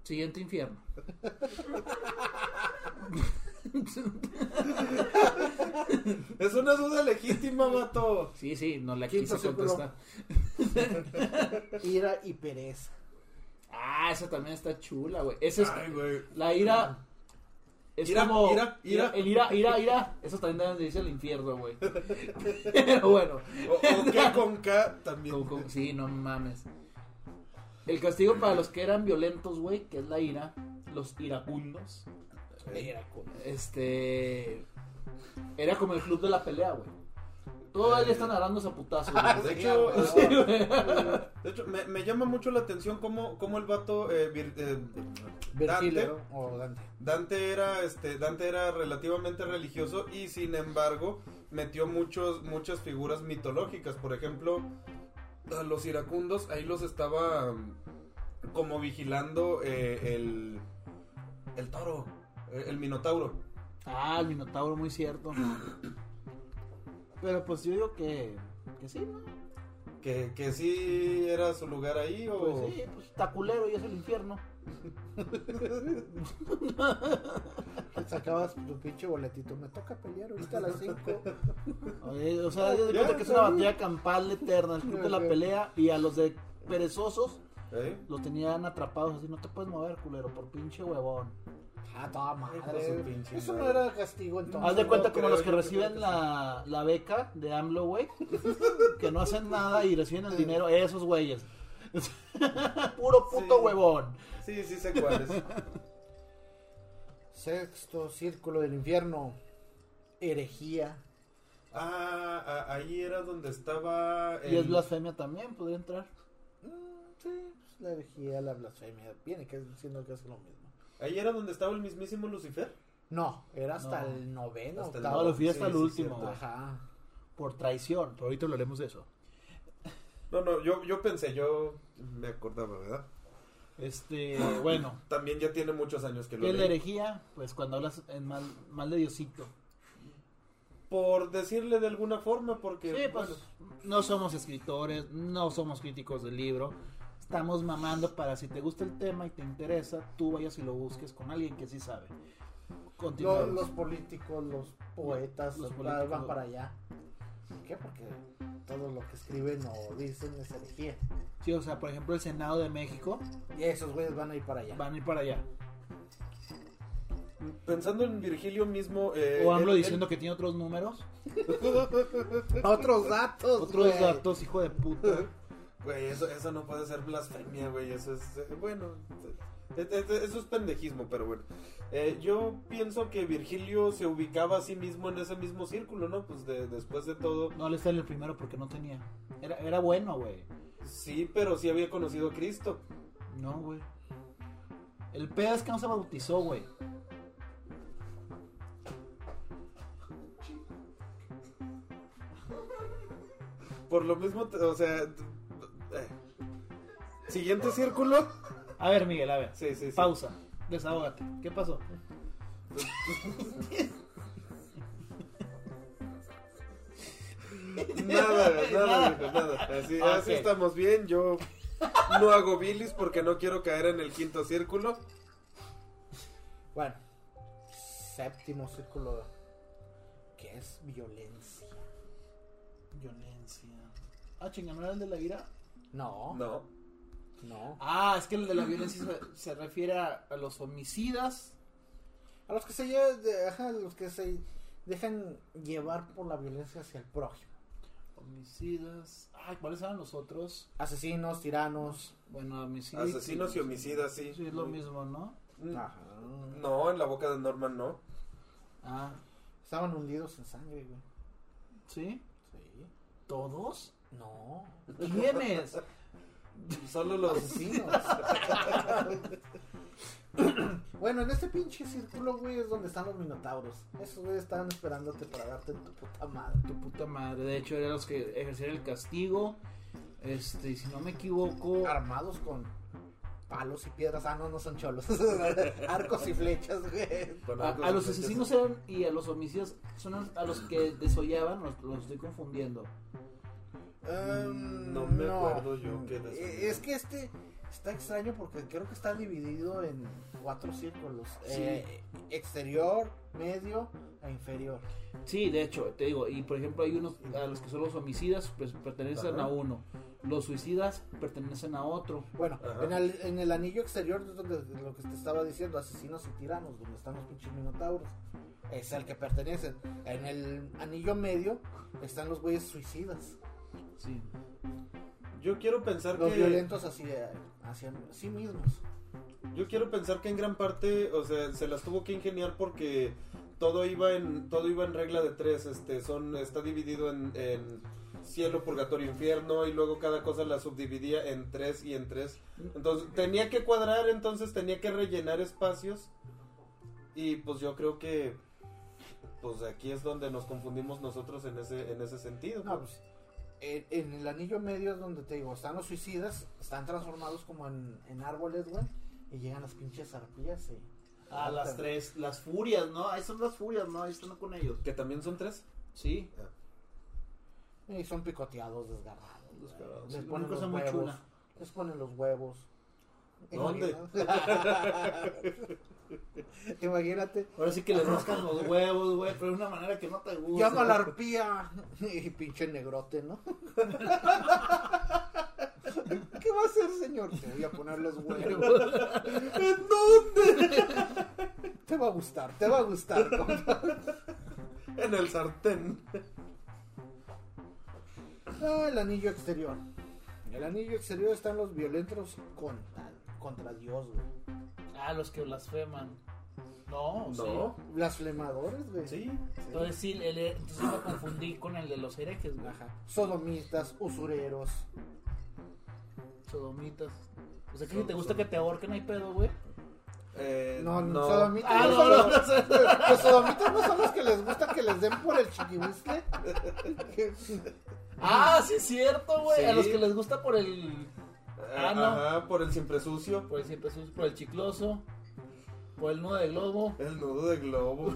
[SPEAKER 1] siguiente infierno.
[SPEAKER 2] Es una duda legítima, vato.
[SPEAKER 1] Sí, sí, no la
[SPEAKER 3] Quinto
[SPEAKER 1] quiso
[SPEAKER 3] círculo.
[SPEAKER 1] contestar.
[SPEAKER 3] Ira y pereza.
[SPEAKER 1] Ah, esa también está chula, güey. Esa es
[SPEAKER 2] Ay, güey.
[SPEAKER 1] la ira. Es
[SPEAKER 2] Ira,
[SPEAKER 1] como.
[SPEAKER 2] ira, ira.
[SPEAKER 1] El ira, ira, ira. Eso también deben de irse al infierno, güey. Pero bueno.
[SPEAKER 2] O, o que con K también.
[SPEAKER 1] Como- como- sí, no mames. El castigo para los que eran violentos, güey, que es la ira, los iracundos. Eh, Este. Era como el club de la pelea, güey. Todavía están agarrándose a putazos, güey.
[SPEAKER 2] Pues, De
[SPEAKER 3] Sí,
[SPEAKER 2] hecho,
[SPEAKER 3] güey.
[SPEAKER 2] sí, De hecho, me, me llama mucho la atención cómo, cómo el vato eh, vir- eh, Dante,
[SPEAKER 3] Virgilio o Dante.
[SPEAKER 2] Dante era este Dante era relativamente religioso y sin embargo metió muchos muchas figuras mitológicas, por ejemplo, a los iracundos ahí los estaba mm, como vigilando eh, el el toro, eh, el minotauro.
[SPEAKER 1] Ah, el Minotauro, muy cierto. Pero pues yo digo que. Que sí, ¿no?
[SPEAKER 2] Que, que sí era su lugar ahí o
[SPEAKER 1] Pues sí, pues está culero y es el infierno.
[SPEAKER 3] Sacabas tu pinche boletito. Me toca pelear ahorita a las 5.
[SPEAKER 1] Oye, Eh, O sea, yo digo que es una batalla campal eterna, el club de la pelea y a los de perezosos
[SPEAKER 2] ¿Eh?
[SPEAKER 1] Lo tenían atrapados así, no te puedes mover, culero, por pinche huevón.
[SPEAKER 3] Ah, toda
[SPEAKER 2] Hijo de su
[SPEAKER 3] madre.
[SPEAKER 2] pinche
[SPEAKER 3] Eso no
[SPEAKER 2] madre.
[SPEAKER 3] era castigo entonces.
[SPEAKER 1] Haz de cuenta
[SPEAKER 2] no
[SPEAKER 1] como
[SPEAKER 2] creo,
[SPEAKER 1] los
[SPEAKER 2] yo
[SPEAKER 1] que
[SPEAKER 2] creo
[SPEAKER 1] reciben
[SPEAKER 2] que
[SPEAKER 1] la, la beca de AMLO, güey, que no hacen nada y reciben el dinero, esos güeyes. Puro puto
[SPEAKER 2] Sí.
[SPEAKER 1] huevón.
[SPEAKER 2] Sí, sí sé cuál es.
[SPEAKER 3] Sexto círculo del infierno. Herejía.
[SPEAKER 2] Ah, a- ahí era donde estaba.
[SPEAKER 1] Y es blasfemia también, podría entrar.
[SPEAKER 3] Mm, sí, pues, la herejía, la blasfemia. Viene que siendo que es lo mismo.
[SPEAKER 2] Ahí era donde estaba el mismísimo Lucifer.
[SPEAKER 3] No, era hasta
[SPEAKER 1] No.
[SPEAKER 3] el noveno.
[SPEAKER 2] Hasta el
[SPEAKER 3] octavo.
[SPEAKER 1] No, lo fui hasta
[SPEAKER 2] Sí,
[SPEAKER 1] el
[SPEAKER 2] sí,
[SPEAKER 1] último,
[SPEAKER 2] cierto.
[SPEAKER 1] güey,
[SPEAKER 3] Ajá.
[SPEAKER 1] por traición, pero ahorita hablaremos de eso.
[SPEAKER 2] No, no, yo, yo pensé, yo me acordaba, ¿verdad?
[SPEAKER 1] Este, bueno,
[SPEAKER 2] También ya tiene muchos años que lo
[SPEAKER 1] ¿qué es la
[SPEAKER 2] leí.
[SPEAKER 1] herejía? Pues cuando hablas en mal, mal de Diosito.
[SPEAKER 2] Por decirle de alguna forma,
[SPEAKER 1] Sí,
[SPEAKER 2] porque.
[SPEAKER 1] pues
[SPEAKER 2] bueno,
[SPEAKER 1] no somos escritores, no somos críticos del libro. Estamos mamando para si te gusta el tema y te interesa, tú vayas y lo busques con alguien que sí sabe.
[SPEAKER 3] Lo-
[SPEAKER 1] Continuamos.
[SPEAKER 3] los políticos, los poetas,
[SPEAKER 1] Los
[SPEAKER 3] los
[SPEAKER 1] políticos.
[SPEAKER 3] van para allá. ¿Por qué? Porque todo lo que escriben o dicen es herejía.
[SPEAKER 1] Sí, o sea, por ejemplo, el Senado de México
[SPEAKER 3] Y esos güeyes van a ir para allá.
[SPEAKER 1] van a ir para allá.
[SPEAKER 2] pensando en Virgilio mismo. eh,
[SPEAKER 1] O AMLO
[SPEAKER 2] él-
[SPEAKER 1] diciendo que tiene otros números,
[SPEAKER 3] Otros datos.
[SPEAKER 1] otros
[SPEAKER 3] Pues, güey.
[SPEAKER 1] datos, hijo de puta.
[SPEAKER 2] él- Güey, eso, eso no puede ser blasfemia, güey. Eso es. eh, Bueno. eh, eh, Eso es pendejismo, pero bueno. Eh, yo pienso que Virgilio se ubicaba a sí mismo en ese mismo círculo, ¿no? Pues de, después de todo.
[SPEAKER 1] No le está en el primero porque no tenía. Era, era bueno, güey.
[SPEAKER 2] Sí, pero sí había conocido a Cristo.
[SPEAKER 1] No, güey. El pedo es que no se bautizó, güey.
[SPEAKER 2] Por lo mismo, te- o sea. t- eh. Siguiente círculo.
[SPEAKER 1] A ver, Miguel, a ver.
[SPEAKER 2] Sí, sí, sí.
[SPEAKER 1] Pausa. Desahógate. ¿Qué pasó?
[SPEAKER 2] Nada, nada, viejo, nada. Así,
[SPEAKER 1] Ah,
[SPEAKER 2] así
[SPEAKER 1] ok.
[SPEAKER 2] estamos bien. Yo no hago bilis porque no quiero caer en el quinto círculo.
[SPEAKER 3] Bueno, séptimo círculo. Que es violencia.
[SPEAKER 1] Violencia. Ah, chinga, ¿no era el de la ira?
[SPEAKER 3] No, no.
[SPEAKER 2] No.
[SPEAKER 1] Ah, es que el de la violencia se, se refiere a, a los homicidas.
[SPEAKER 3] A los que se lle- de- ajá, los que se dejan llevar por la violencia hacia el prójimo.
[SPEAKER 1] Homicidas. Ah, ¿cuáles eran los otros?
[SPEAKER 3] Asesinos, tiranos.
[SPEAKER 1] Bueno, homicidas.
[SPEAKER 2] Asesinos y homicidas, sí.
[SPEAKER 1] Sí, es lo mismo, ¿no?
[SPEAKER 2] Mm,
[SPEAKER 3] Ajá.
[SPEAKER 2] No, en la boca de Norman no.
[SPEAKER 1] Ah,
[SPEAKER 3] Estaban hundidos en sangre, güey.
[SPEAKER 1] ¿sí?
[SPEAKER 3] Sí.
[SPEAKER 1] ¿Todos?
[SPEAKER 3] No.
[SPEAKER 1] ¿Quiénes?
[SPEAKER 2] Solo los.
[SPEAKER 3] Asesinos. bueno, en este pinche círculo, güey, es donde están los minotauros. Esos güey estaban esperándote para darte tu puta madre.
[SPEAKER 1] Tu puta madre. De hecho, eran los que ejercían el castigo. Este, y si no me equivoco.
[SPEAKER 2] Ah,
[SPEAKER 3] Armados con palos y piedras. Ah, no, no son cholos. Arcos y flechas, güey.
[SPEAKER 1] A, a los asesinos eran y a los homicidas son a- a los que desollaban, los, los estoy confundiendo.
[SPEAKER 3] Um,
[SPEAKER 2] Mm, No me acuerdo yo qué de eso.
[SPEAKER 3] Eh, Es que este está extraño porque creo que está dividido en cuatro círculos.
[SPEAKER 1] Sí.
[SPEAKER 3] Eh, exterior, medio e inferior.
[SPEAKER 1] Sí, de hecho, te digo, y por ejemplo hay unos, a los que son los homicidas pues, pertenecen
[SPEAKER 2] Ajá.
[SPEAKER 1] a uno, los suicidas pertenecen a otro.
[SPEAKER 3] Bueno,
[SPEAKER 2] Ajá.
[SPEAKER 3] en el, en el anillo exterior es donde lo que te estaba diciendo, asesinos y tiranos, donde están los pinches minotauros. Es al que pertenecen. En el anillo medio están los güeyes suicidas.
[SPEAKER 1] Sí.
[SPEAKER 2] Yo quiero pensar
[SPEAKER 3] Los
[SPEAKER 2] que.
[SPEAKER 3] violentos hacia, hacia sí mismos.
[SPEAKER 2] Yo quiero pensar que en gran parte, o sea, se las tuvo que ingeniar porque todo iba en todo iba en regla de tres, este, son está dividido en, en cielo, purgatorio, infierno y luego cada cosa la subdividía en tres y en tres. Entonces tenía que cuadrar, entonces tenía que rellenar espacios y pues yo creo que pues aquí es donde nos confundimos nosotros en ese en ese sentido.
[SPEAKER 3] No, pues, en, en el anillo medio es donde te digo, están los suicidas, están transformados como en, en árboles, güey, y llegan las pinches arpías y... Ah,
[SPEAKER 1] A las tres, las furias, ¿no? Ahí son las furias, ¿no? Ahí están con ellos.
[SPEAKER 2] Que también son tres.
[SPEAKER 1] Sí.
[SPEAKER 3] Y son picoteados, desgarrados. güey.
[SPEAKER 1] Desgarrados.
[SPEAKER 3] Les
[SPEAKER 1] Sí,
[SPEAKER 3] ponen
[SPEAKER 1] una cosa
[SPEAKER 3] los
[SPEAKER 1] muy
[SPEAKER 3] huevos.
[SPEAKER 1] chula.
[SPEAKER 3] Les ponen los huevos.
[SPEAKER 2] ¿Dónde?
[SPEAKER 3] Imagínate.
[SPEAKER 1] Ahora sí que les rascan los huevos, güey, pero de una manera que no te gusta.
[SPEAKER 3] Llama a la arpía. Y pinche negrote, ¿no? ¿Qué va a hacer, señor? Te voy a poner los huevos. ¿En dónde? Te va a gustar, te va a gustar. compa.
[SPEAKER 2] En el sartén.
[SPEAKER 3] pues Ah, el anillo exterior. En el anillo exterior están los violentos contra, contra Dios, güey.
[SPEAKER 1] Ah, los que blasfeman. No,
[SPEAKER 2] No.
[SPEAKER 1] no.
[SPEAKER 3] Blasfemadores, güey.
[SPEAKER 2] Sí.
[SPEAKER 3] Sí.
[SPEAKER 1] Entonces sí, el- entonces lo confundí con el de los herejes, güey.
[SPEAKER 3] Ajá. Sodomistas, usureros.
[SPEAKER 1] Sodomitas. O sea que si te gusta que te ahorquen, hay pedo, güey.
[SPEAKER 2] Eh,
[SPEAKER 3] No, no. sodomitas.
[SPEAKER 1] Ah, no,
[SPEAKER 3] no son
[SPEAKER 1] no,
[SPEAKER 3] los- Los sodomitas no son los que les gusta que les den por el chiquihuistle.
[SPEAKER 1] Ah, sí es cierto, güey. A
[SPEAKER 2] Sí.
[SPEAKER 1] los que les gusta por el Ah, no.
[SPEAKER 2] Ajá, por el siempre sucio.
[SPEAKER 1] por el siempre sucio, por el chicloso, por el nudo de globo.
[SPEAKER 2] El nudo de globo.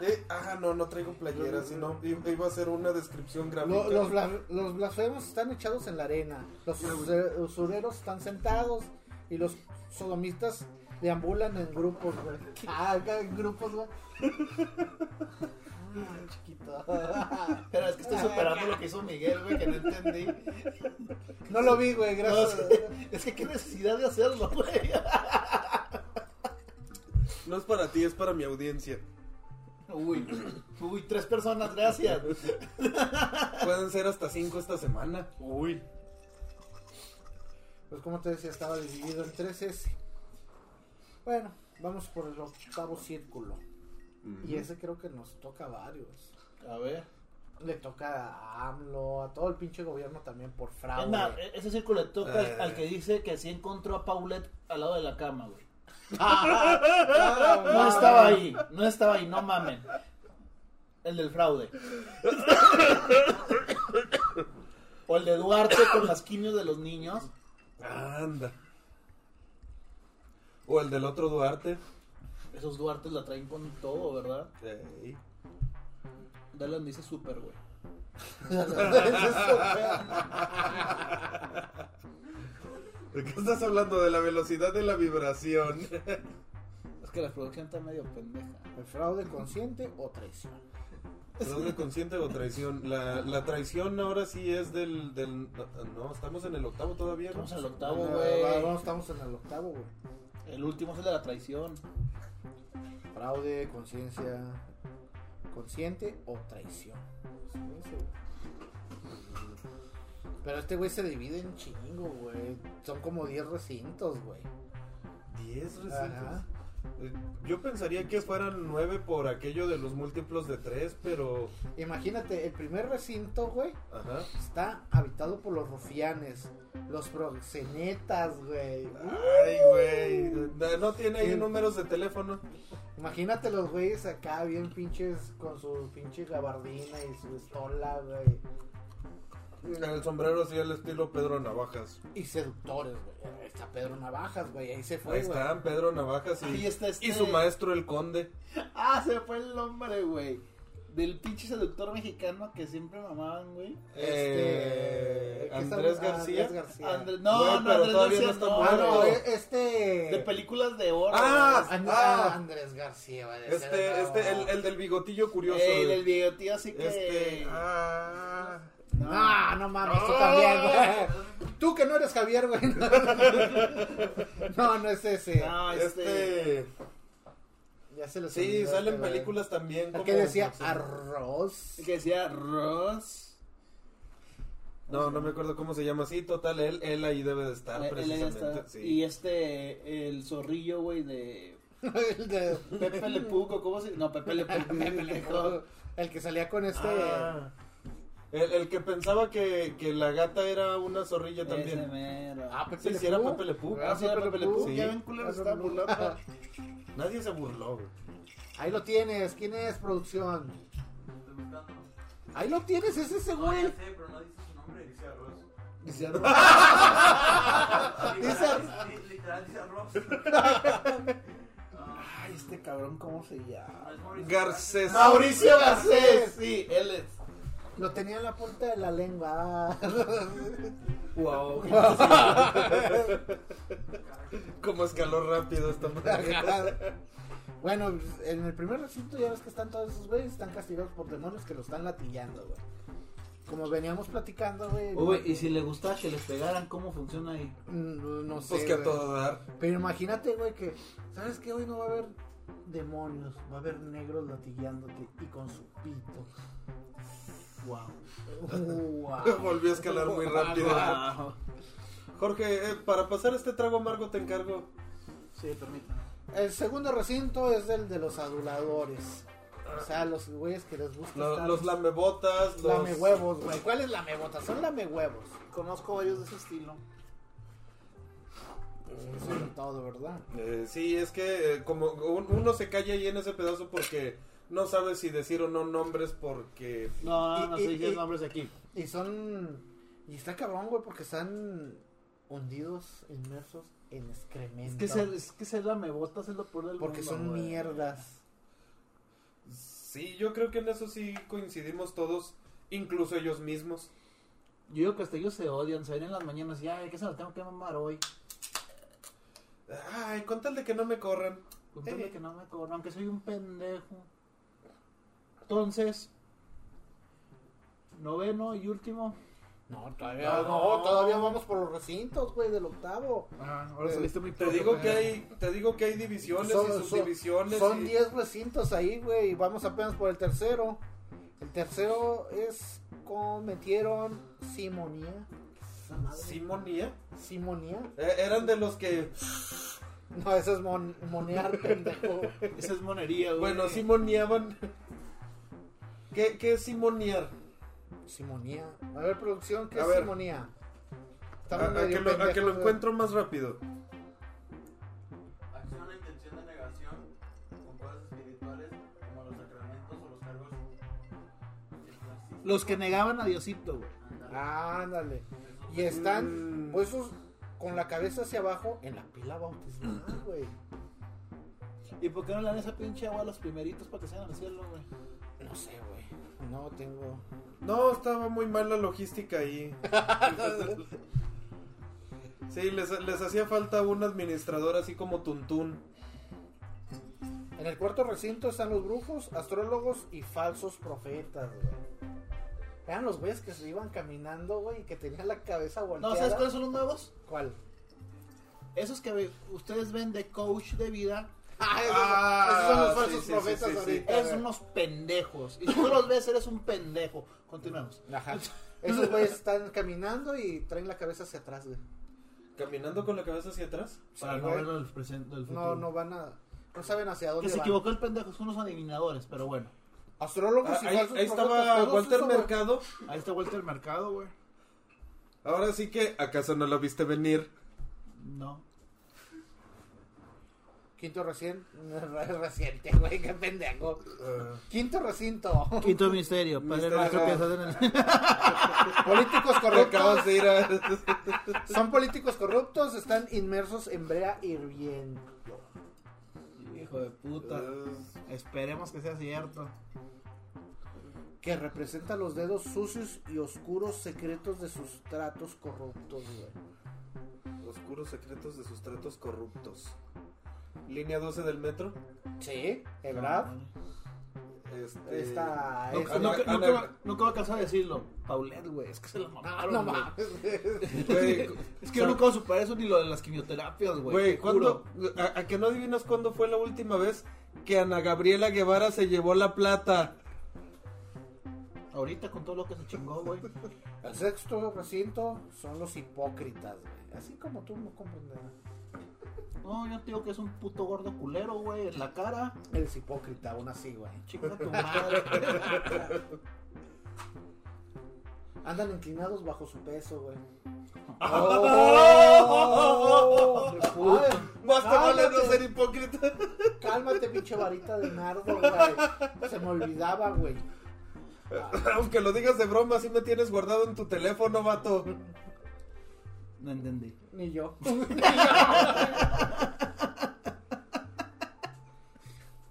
[SPEAKER 2] Eh, ah, no, no traigo playera, sino i- iba a hacer una descripción gráfica.
[SPEAKER 3] Lo- los, bla- los blasfemos están echados en la arena. Los use- usureros están sentados. Y los sodomistas deambulan en grupos, güey. Ah, acá en grupos, güey. Ah, chiquito.
[SPEAKER 1] Pero es que
[SPEAKER 3] estoy superando
[SPEAKER 1] lo que hizo Miguel, güey, que no entendí.
[SPEAKER 3] No lo vi, güey, gracias.
[SPEAKER 1] es que qué necesidad de hacerlo, güey.
[SPEAKER 2] No es para ti, es para mi audiencia.
[SPEAKER 1] Uy, uy, tres personas, gracias.
[SPEAKER 2] Pueden ser hasta cinco esta semana. Uy.
[SPEAKER 3] Pues como te decía, estaba dividido en tres S. Bueno, vamos por el octavo círculo. Y ese creo que nos toca a varios.
[SPEAKER 1] A ver.
[SPEAKER 3] Le toca a AMLO, a todo el pinche gobierno también por
[SPEAKER 1] Es más, e-,
[SPEAKER 3] fraude.
[SPEAKER 1] ese círculo le toca al-
[SPEAKER 2] Eh.
[SPEAKER 1] al que dice que sí encontró a Paulette al lado de la cama, güey. No
[SPEAKER 3] No
[SPEAKER 1] estaba ahí, no estaba ahí, no mamen. El del fraude. O el de Duarte con las quimios de los niños.
[SPEAKER 2] Anda. O el del otro Duarte.
[SPEAKER 1] Esos Duartes la traen con todo, ¿verdad?
[SPEAKER 2] Ey.
[SPEAKER 1] Dalan dice súper, güey.
[SPEAKER 3] Eso,
[SPEAKER 2] ¿De qué estás hablando? De la velocidad de la vibración.
[SPEAKER 1] Es que la producción está medio pendeja.
[SPEAKER 3] ¿El fraude consciente o traición?
[SPEAKER 2] ¿Fraude consciente o traición? La, la traición ahora sí es del, del... No, estamos en el octavo todavía, ¿no?
[SPEAKER 1] Estamos en el octavo,
[SPEAKER 3] No,
[SPEAKER 1] güey.
[SPEAKER 3] no, Ah, estamos en el octavo, güey.
[SPEAKER 1] El último es el de la traición.
[SPEAKER 3] Fraude, conciencia, consciente o traición. Sí, sí. Pero este güey se divide en chingo, güey. Son como 10 recintos, güey.
[SPEAKER 2] Diez recetas.
[SPEAKER 3] Ajá.
[SPEAKER 2] Eh, Yo pensaría que fueran nueve por aquello de los múltiplos de tres, pero...
[SPEAKER 3] Imagínate, el primer recinto, güey,
[SPEAKER 2] Ajá.
[SPEAKER 3] está habitado por los rufianes, los proxenetas, güey.
[SPEAKER 2] Ay, güey. Eh, No- No tiene ahí
[SPEAKER 3] Sí.
[SPEAKER 2] números de teléfono.
[SPEAKER 3] Imagínate los güeyes acá bien pinches con su pinche gabardina y su estola, güey.
[SPEAKER 2] El sombrero sí el estilo Pedro Navajas.
[SPEAKER 3] Y seductores, güey. Ahí Está Pedro Navajas, güey. Ahí se fue,
[SPEAKER 2] Ahí
[SPEAKER 3] güey.
[SPEAKER 2] están Pedro Navajas y,
[SPEAKER 1] Ahí está este.
[SPEAKER 2] y su maestro el conde.
[SPEAKER 1] Ah, se fue el nombre, güey. Del pinche seductor mexicano que siempre mamaban, güey.
[SPEAKER 2] Eh,
[SPEAKER 3] este, ¿qué
[SPEAKER 2] Andrés
[SPEAKER 3] estamos- Ah,
[SPEAKER 2] García.
[SPEAKER 3] Andrés García.
[SPEAKER 1] André- No,
[SPEAKER 2] Güey,
[SPEAKER 1] no,
[SPEAKER 2] pero
[SPEAKER 1] Andrés
[SPEAKER 2] todavía
[SPEAKER 1] García,
[SPEAKER 2] no está
[SPEAKER 1] no,
[SPEAKER 3] Ah,
[SPEAKER 2] muerto.
[SPEAKER 3] no,
[SPEAKER 1] güey.
[SPEAKER 3] eh, este.
[SPEAKER 1] De películas de oro.
[SPEAKER 2] Ah,
[SPEAKER 1] güey.
[SPEAKER 3] And-
[SPEAKER 2] Ah.
[SPEAKER 3] ah, Andrés García, güey. de ser,
[SPEAKER 2] Este,
[SPEAKER 3] no.
[SPEAKER 2] este, el, el del bigotillo curioso.
[SPEAKER 1] Ey, del videotío, así que.
[SPEAKER 2] Este, ah,
[SPEAKER 1] No.
[SPEAKER 3] No, no mames, tú
[SPEAKER 2] Ah.
[SPEAKER 3] también, güey. Tú que no eres Javier, güey. No, no es ese.
[SPEAKER 1] No, este.
[SPEAKER 2] este,
[SPEAKER 3] Ya se lo
[SPEAKER 2] sí,
[SPEAKER 3] olvidó, este,
[SPEAKER 2] salen
[SPEAKER 3] güey.
[SPEAKER 2] películas también.
[SPEAKER 3] El
[SPEAKER 2] como-
[SPEAKER 3] que decía
[SPEAKER 2] sí.
[SPEAKER 3] arroz.
[SPEAKER 1] Que decía Ross.
[SPEAKER 2] No, no me acuerdo cómo se llama. Sí, total, él, él ahí debe de estar
[SPEAKER 1] Eh, él ahí
[SPEAKER 2] precisamente.
[SPEAKER 1] está.
[SPEAKER 2] sí.
[SPEAKER 1] Y este, el zorrillo, güey, de
[SPEAKER 3] El de-
[SPEAKER 1] Pepe Le Puco, ¿cómo se No, Pepe Le Puco, Pepe Le Puco.
[SPEAKER 3] El que salía con este.
[SPEAKER 2] Ah. el, el que pensaba que, que la gata era una zorrilla también.
[SPEAKER 1] Ese mero.
[SPEAKER 3] Ah, Pepe
[SPEAKER 2] Sí,
[SPEAKER 3] Le
[SPEAKER 2] sí, era
[SPEAKER 3] Pew.
[SPEAKER 2] Pepe Le Pew.
[SPEAKER 1] Ah, sí, era Pepe Le Pew.
[SPEAKER 2] Sí.
[SPEAKER 1] Ya ven, culero, se estaba burlando.
[SPEAKER 2] Nadie se burló, güey.
[SPEAKER 3] Ahí lo tienes. ¿Quién es producción? Ahí lo tienes, es ese güey.
[SPEAKER 4] sé, Pues, pero no dice su nombre, dice arroz.
[SPEAKER 1] Dice,
[SPEAKER 4] Literal, li- Literal dice arroz. No,
[SPEAKER 1] Ay, este cabrón, ¿cómo se llama?
[SPEAKER 4] no es Mauricio
[SPEAKER 2] Garcés.
[SPEAKER 1] Mauricio Garcés, sí, él es.
[SPEAKER 3] Lo tenía en la punta de la lengua.
[SPEAKER 1] Wow.
[SPEAKER 2] Como escaló rápido esta madre.
[SPEAKER 3] bueno, pues, en el primer recinto ya ves que están todos esos güeyes, están castigados por demonios que lo están latillando, güey. Como veníamos platicando, güey.
[SPEAKER 1] Uy, y si le gustaba que les pegaran, ¿cómo funciona ahí?
[SPEAKER 3] No, no sé.
[SPEAKER 2] Pues que a
[SPEAKER 3] güey.
[SPEAKER 2] todo dar.
[SPEAKER 3] Pero imagínate, güey, que, ¿sabes qué? Hoy no va a haber demonios, va a haber negros latillándote y con su pito.
[SPEAKER 1] Wow.
[SPEAKER 3] Wow.
[SPEAKER 2] Volvió a escalar muy rápido.
[SPEAKER 1] Wow.
[SPEAKER 2] Jorge, eh, para pasar este trago amargo te encargo.
[SPEAKER 1] Sí, permítame.
[SPEAKER 3] El segundo recinto es el de los aduladores. O sea, los güeyes que les gusta
[SPEAKER 2] Lo-
[SPEAKER 3] estar-
[SPEAKER 2] los lamebotas, los...
[SPEAKER 3] lamehuevos, güey. ¿Cuál es lamebotas? Son lamehuevos.
[SPEAKER 1] Conozco varios de ese estilo.
[SPEAKER 3] Pues Eso es todo, ¿verdad?
[SPEAKER 2] Eh, sí, es que eh, como un- uno se calla ahí en ese pedazo porque no sabe si decir o no nombres porque...
[SPEAKER 1] No,
[SPEAKER 3] Y-
[SPEAKER 1] no
[SPEAKER 3] y-
[SPEAKER 1] se dicen
[SPEAKER 3] y-
[SPEAKER 1] nombres aquí.
[SPEAKER 3] Y son. Y está cabrón, güey, porque están hundidos, inmersos en excremento.
[SPEAKER 1] Es que ser, es que ser lamebotas es lo peor del
[SPEAKER 3] Porque
[SPEAKER 1] mundo,
[SPEAKER 3] son
[SPEAKER 1] güey.
[SPEAKER 3] mierdas.
[SPEAKER 2] Sí, yo creo que en eso sí coincidimos todos, incluso ellos mismos.
[SPEAKER 1] Yo digo que hasta ellos se odian, se ven en las mañanas y, ay, ¿qué se lo tengo que mamar hoy?
[SPEAKER 2] Ay, con tal de que no me corran.
[SPEAKER 1] Contame
[SPEAKER 2] Eh.
[SPEAKER 1] que no me cobran, aunque soy un pendejo. Entonces, noveno y último.
[SPEAKER 3] No, todavía no,
[SPEAKER 2] no.
[SPEAKER 3] todavía vamos por los recintos, güey, del octavo.
[SPEAKER 1] Ah,
[SPEAKER 3] ahora saliste
[SPEAKER 1] muy
[SPEAKER 2] Te digo que hay, te digo que hay divisiones
[SPEAKER 3] Son-
[SPEAKER 2] y subdivisiones.
[SPEAKER 3] Son
[SPEAKER 2] y-
[SPEAKER 3] 10 recintos ahí, güey, y vamos apenas por el tercero. El tercero es cometieron simonía. Esa madre.
[SPEAKER 2] Simonía.
[SPEAKER 3] ¿Simonía?
[SPEAKER 2] Eh, eran de los que.
[SPEAKER 3] No, eso es mon- monear, pendejo.
[SPEAKER 1] Esa es monería, güey.
[SPEAKER 2] Bueno, simoneaban. ¿Qué, qué es simonear?
[SPEAKER 3] Simonía. A ver, producción, ¿qué
[SPEAKER 2] A
[SPEAKER 3] es
[SPEAKER 2] ver.
[SPEAKER 3] simonía?
[SPEAKER 2] A,
[SPEAKER 3] Estamos
[SPEAKER 2] a
[SPEAKER 3] medio
[SPEAKER 2] que lo, a que lo
[SPEAKER 3] pendejos,
[SPEAKER 2] encuentro más rápido.
[SPEAKER 4] Acción, intención de negación con cosas espirituales como los sacramentos o los cargos.
[SPEAKER 1] Los que negaban a Diosito, güey.
[SPEAKER 3] güey. Ándale. Y
[SPEAKER 4] es
[SPEAKER 3] están
[SPEAKER 2] Mm.
[SPEAKER 3] pues, esos con la cabeza hacia abajo en la pila bautismal, güey.
[SPEAKER 1] ¿Y por qué no le dan esa pinche agua a los primeritos para que se vayan al cielo, güey?
[SPEAKER 3] No sé, güey. No tengo.
[SPEAKER 2] No, estaba muy mal la logística ahí. Sí, les, les hacía falta un administrador así como Tuntún.
[SPEAKER 3] En el cuarto recinto están los brujos, astrólogos y falsos profetas, güey. Eran los güeyes que se iban caminando, güey, y que tenían la cabeza volteada.
[SPEAKER 1] No, ¿sabes cuáles son los nuevos?
[SPEAKER 3] ¿Cuál?
[SPEAKER 1] Esos que ve- ustedes ven de coach de vida,
[SPEAKER 3] Ah, esos,
[SPEAKER 2] Ah,
[SPEAKER 3] esos son los
[SPEAKER 2] sí,
[SPEAKER 3] falsos
[SPEAKER 2] sí,
[SPEAKER 3] profetas
[SPEAKER 2] sí, sí, sí.
[SPEAKER 3] ahorita.
[SPEAKER 1] eres
[SPEAKER 3] güey.
[SPEAKER 1] unos pendejos. Y si tú los ves, eres un pendejo. Continuemos.
[SPEAKER 3] Ajá. Esos güeyes están caminando y traen la cabeza hacia atrás, güey.
[SPEAKER 2] ¿Caminando con la cabeza hacia atrás?
[SPEAKER 1] Para
[SPEAKER 3] Sí,
[SPEAKER 1] no
[SPEAKER 3] güey.
[SPEAKER 1] ver el presente, el futuro.
[SPEAKER 3] No, no van a. No saben hacia dónde
[SPEAKER 1] Que se
[SPEAKER 3] van.
[SPEAKER 1] equivocó el pendejo, son unos adivinadores, pero bueno.
[SPEAKER 3] Astrólogos
[SPEAKER 2] Ah,
[SPEAKER 3] y
[SPEAKER 2] ahí,
[SPEAKER 3] falsos
[SPEAKER 2] ahí
[SPEAKER 3] profetas,
[SPEAKER 2] estaba
[SPEAKER 3] todos
[SPEAKER 2] Walter
[SPEAKER 3] esos, güey.
[SPEAKER 2] Mercado.
[SPEAKER 1] Ahí está vuelta el mercado, güey.
[SPEAKER 2] Ahora sí que, ¿acaso no lo viste venir?
[SPEAKER 1] No.
[SPEAKER 3] Quinto recién. Reciente, güey, qué pendejo.
[SPEAKER 2] Ah,
[SPEAKER 3] Quinto recinto.
[SPEAKER 1] Quinto misterio,
[SPEAKER 2] Padre nuestro que estás
[SPEAKER 3] Políticos
[SPEAKER 2] te acabas
[SPEAKER 3] corruptos.
[SPEAKER 2] de ir a...
[SPEAKER 3] Son políticos corruptos, están inmersos en brea hirviendo.
[SPEAKER 1] Hijo de puta. Esperemos que sea cierto.
[SPEAKER 3] Que representa los dedos sucios y oscuros secretos de sus tratos corruptos, güey.
[SPEAKER 2] Oscuros secretos de sustratos corruptos. Línea 12 del metro.
[SPEAKER 3] Sí, ¿verdad?
[SPEAKER 2] Este...
[SPEAKER 3] Está.
[SPEAKER 2] No,
[SPEAKER 3] esa-
[SPEAKER 1] No,
[SPEAKER 2] no, Ana-
[SPEAKER 1] no, creo-
[SPEAKER 2] Ana-
[SPEAKER 1] no creo alcanzar a decirlo. Paulette, güey, es que se la
[SPEAKER 3] Ah,
[SPEAKER 1] mamaron.
[SPEAKER 3] no
[SPEAKER 1] güey.
[SPEAKER 3] mames.
[SPEAKER 2] Güey,
[SPEAKER 1] Es que yo no puedo superar eso ni lo de las quimioterapias, güey.
[SPEAKER 2] Güey,
[SPEAKER 1] te juro.
[SPEAKER 2] ¿cuándo? A, a que no adivinas cuándo fue la última vez que Ana Gabriela Guevara se llevó la plata?
[SPEAKER 1] Ahorita con todo lo que se chingó, güey.
[SPEAKER 3] El sexto recinto son los hipócritas, güey. Así como tú no comprenderás.
[SPEAKER 1] No, yo te digo que es un puto gordo culero, güey, en la cara.
[SPEAKER 3] Eres hipócrita, aún así, güey.
[SPEAKER 1] Chinga tu madre.
[SPEAKER 3] Andan inclinados bajo su peso, güey.
[SPEAKER 2] ¡Oh!
[SPEAKER 3] ¡Qué puto!
[SPEAKER 2] Basta vale no
[SPEAKER 3] Cállate.
[SPEAKER 2] ser hipócrita.
[SPEAKER 3] Cálmate, pinche varita de nardo, güey. Se me olvidaba, güey.
[SPEAKER 2] Aunque lo digas de broma, sí me tienes guardado en tu teléfono, vato.
[SPEAKER 1] No entendí.
[SPEAKER 3] Ni yo.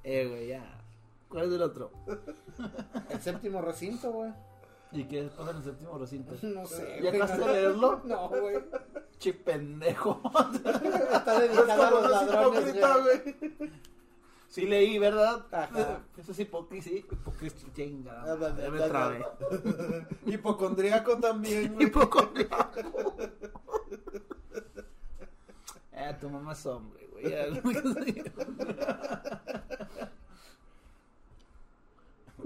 [SPEAKER 1] Eh, güey, ya. ¿Cuál es el otro?
[SPEAKER 3] El séptimo recinto, güey.
[SPEAKER 1] ¿Y qué pasa en el séptimo recinto?
[SPEAKER 3] No sé.
[SPEAKER 1] ¿Ya
[SPEAKER 3] güey.
[SPEAKER 1] acabaste de leerlo?
[SPEAKER 3] No, güey.
[SPEAKER 1] Che pendejo.
[SPEAKER 3] Está
[SPEAKER 2] Es como
[SPEAKER 3] dedicado a los
[SPEAKER 2] no es
[SPEAKER 3] ladrones,
[SPEAKER 2] hipócrita,
[SPEAKER 3] güey.
[SPEAKER 2] güey.
[SPEAKER 1] Sí leí, ¿verdad?
[SPEAKER 3] Ajá. Ah,
[SPEAKER 1] Eso es hipocresía. Hipocresía, chinga. Ya me trabé.
[SPEAKER 2] Hipocondriaco también, güey.
[SPEAKER 1] Hipocondriaco. Ah, tu mamá es hombre, güey. Ya,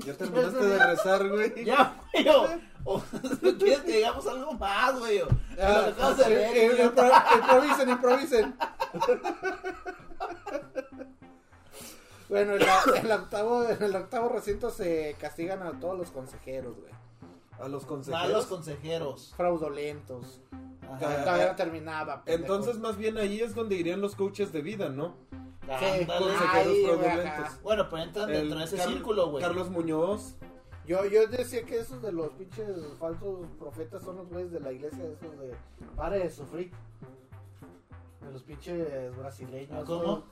[SPEAKER 2] Ya terminaste de rezar, güey.
[SPEAKER 1] Ya, güey. O, o quieres que digamos algo más, güey. o-
[SPEAKER 3] Ah,
[SPEAKER 1] Lo que acabas de leer,
[SPEAKER 3] eh, eh,
[SPEAKER 1] idiota.
[SPEAKER 3] impro- improvisen, improvisen. Bueno, en, la- en el octavo, en el octavo recinto se castigan a todos los consejeros, güey.
[SPEAKER 2] A los
[SPEAKER 1] Malos
[SPEAKER 2] consejeros.
[SPEAKER 1] consejeros.
[SPEAKER 3] Fraudulentos.
[SPEAKER 1] Ajá.
[SPEAKER 2] Ah,
[SPEAKER 3] Todavía no terminaba. pendejo.
[SPEAKER 2] Entonces, más bien ahí es donde irían los coaches de vida, ¿no?
[SPEAKER 3] Sí,
[SPEAKER 1] Ándale.
[SPEAKER 2] consejeros
[SPEAKER 3] ahí, güey,
[SPEAKER 2] fraudulentos.
[SPEAKER 3] ajá.
[SPEAKER 1] Bueno, pues entran dentro de ese
[SPEAKER 2] Car-
[SPEAKER 1] círculo, güey.
[SPEAKER 2] Carlos Muñoz.
[SPEAKER 3] Yo, yo decía que esos de los pinches falsos profetas son los güeyes de la iglesia, esos de pare de sufrir. De los pinches brasileños.
[SPEAKER 1] ¿Cómo?
[SPEAKER 3] güey.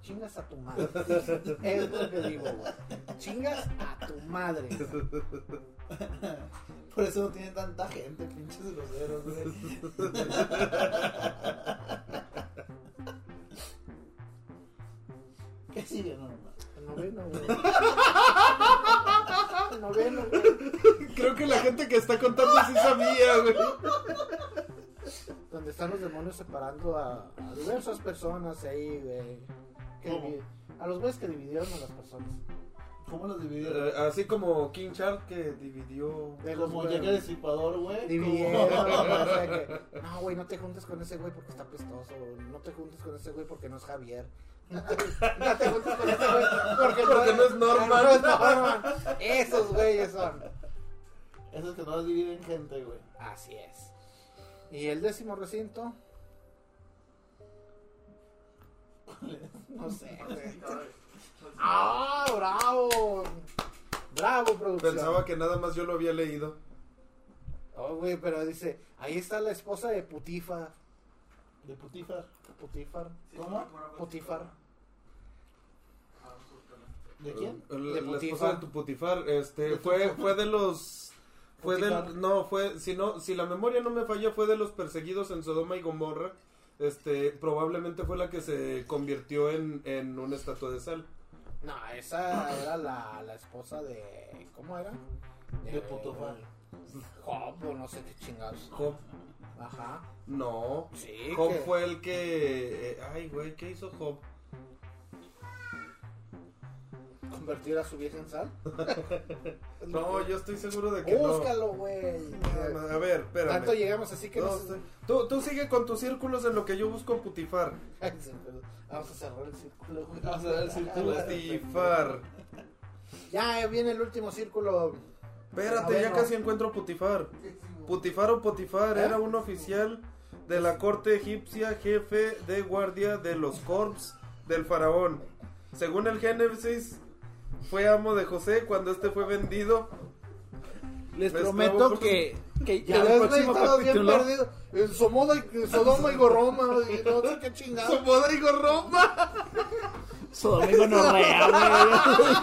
[SPEAKER 3] Chingas a tu madre. es lo que digo, güey. Chingas a tu madre.
[SPEAKER 1] Por eso no tiene tanta gente, pinches groseros, güey. ¿Qué sigue, no, no?
[SPEAKER 3] El noveno, güey. El noveno, güey.
[SPEAKER 2] Creo que la gente que está contando sí sabía, güey.
[SPEAKER 3] Donde están los demonios separando a, a diversas personas ahí, güey. Que
[SPEAKER 1] ¿Cómo?
[SPEAKER 3] divi- A los güeyes que dividieron a las personas.
[SPEAKER 1] ¿Cómo los dividieron?
[SPEAKER 2] Eh, Así como King Shark que dividió.
[SPEAKER 3] De los
[SPEAKER 1] Como
[SPEAKER 3] güeyes.
[SPEAKER 1] llegué disipador, güey.
[SPEAKER 3] Dividieron,
[SPEAKER 1] como-
[SPEAKER 3] o sea que, no, güey, no te juntes con ese güey porque está pestoso. No te juntes con ese güey porque no es Javier. No te, no te juntes con ese güey porque,
[SPEAKER 2] Porque no es Norman.
[SPEAKER 3] no es Norman. Esos güeyes son.
[SPEAKER 1] Esos que no dividen gente, güey.
[SPEAKER 3] Así es. Y el décimo recinto. No sé, güey. ¡Ah, bravo! Bravo, producción.
[SPEAKER 2] Pensaba que nada más yo lo había leído.
[SPEAKER 3] Oh, güey, pero dice, ahí está la esposa de Putifar.
[SPEAKER 1] De putifar.
[SPEAKER 3] Putifar.
[SPEAKER 1] ¿Cómo?
[SPEAKER 4] pues,
[SPEAKER 3] Putifar.
[SPEAKER 1] ¿De quién?
[SPEAKER 2] La,
[SPEAKER 3] De
[SPEAKER 2] la
[SPEAKER 4] Ah,
[SPEAKER 3] Putifar.
[SPEAKER 2] esposa de tu Putifar. Este,
[SPEAKER 1] De
[SPEAKER 2] fue,
[SPEAKER 1] tu-
[SPEAKER 2] fue de los. Fue
[SPEAKER 3] Potifar.
[SPEAKER 2] del, no, fue, si no, si la memoria no me falla, fue de los perseguidos en Sodoma y Gomorra. Este, probablemente fue la que se convirtió en, en una estatua de sal.
[SPEAKER 3] No, esa era la, la esposa de. ¿Cómo era?
[SPEAKER 1] De Potofar.
[SPEAKER 3] Job, o no sé qué chingados.
[SPEAKER 2] Job,
[SPEAKER 3] Ajá.
[SPEAKER 2] no.
[SPEAKER 3] Sí.
[SPEAKER 2] Job
[SPEAKER 3] que-
[SPEAKER 2] fue el que, eh, ay, güey, ¿qué hizo Job?
[SPEAKER 3] ¿Convertir a su vieja en sal?
[SPEAKER 2] No, yo estoy seguro de que no.
[SPEAKER 3] Búscalo, güey.
[SPEAKER 2] A ver, espérame.
[SPEAKER 3] Tanto llegamos así que
[SPEAKER 2] No,
[SPEAKER 3] nos-
[SPEAKER 2] sí. tú, tú sigue con tus círculos en lo que yo busco putifar.
[SPEAKER 3] Ay, se me- Vamos a cerrar el círculo, güey.
[SPEAKER 1] Vamos a cerrar el círculo.
[SPEAKER 2] Putifar.
[SPEAKER 3] Ya viene el último círculo.
[SPEAKER 2] Espérate,
[SPEAKER 3] A ver,
[SPEAKER 2] ya
[SPEAKER 3] no.
[SPEAKER 2] casi encuentro putifar. Putifar o Potifar
[SPEAKER 3] ¿Eh?
[SPEAKER 2] era un oficial de la corte egipcia, jefe de guardia de los corps del faraón. Según el Génesis, fue amo de José cuando este fue vendido.
[SPEAKER 1] Les
[SPEAKER 2] Pues,
[SPEAKER 1] prometo
[SPEAKER 2] luego,
[SPEAKER 1] que, que
[SPEAKER 3] Ya
[SPEAKER 1] en el
[SPEAKER 3] ves, güey,
[SPEAKER 1] próximo
[SPEAKER 3] estaba bien
[SPEAKER 1] capítulo-
[SPEAKER 3] perdido. Eh, Somoda y- Sodoma y Goroma. Y no sé qué chingados.
[SPEAKER 2] Rodrigo Roma!
[SPEAKER 1] Sodoma y gonorrea, güey.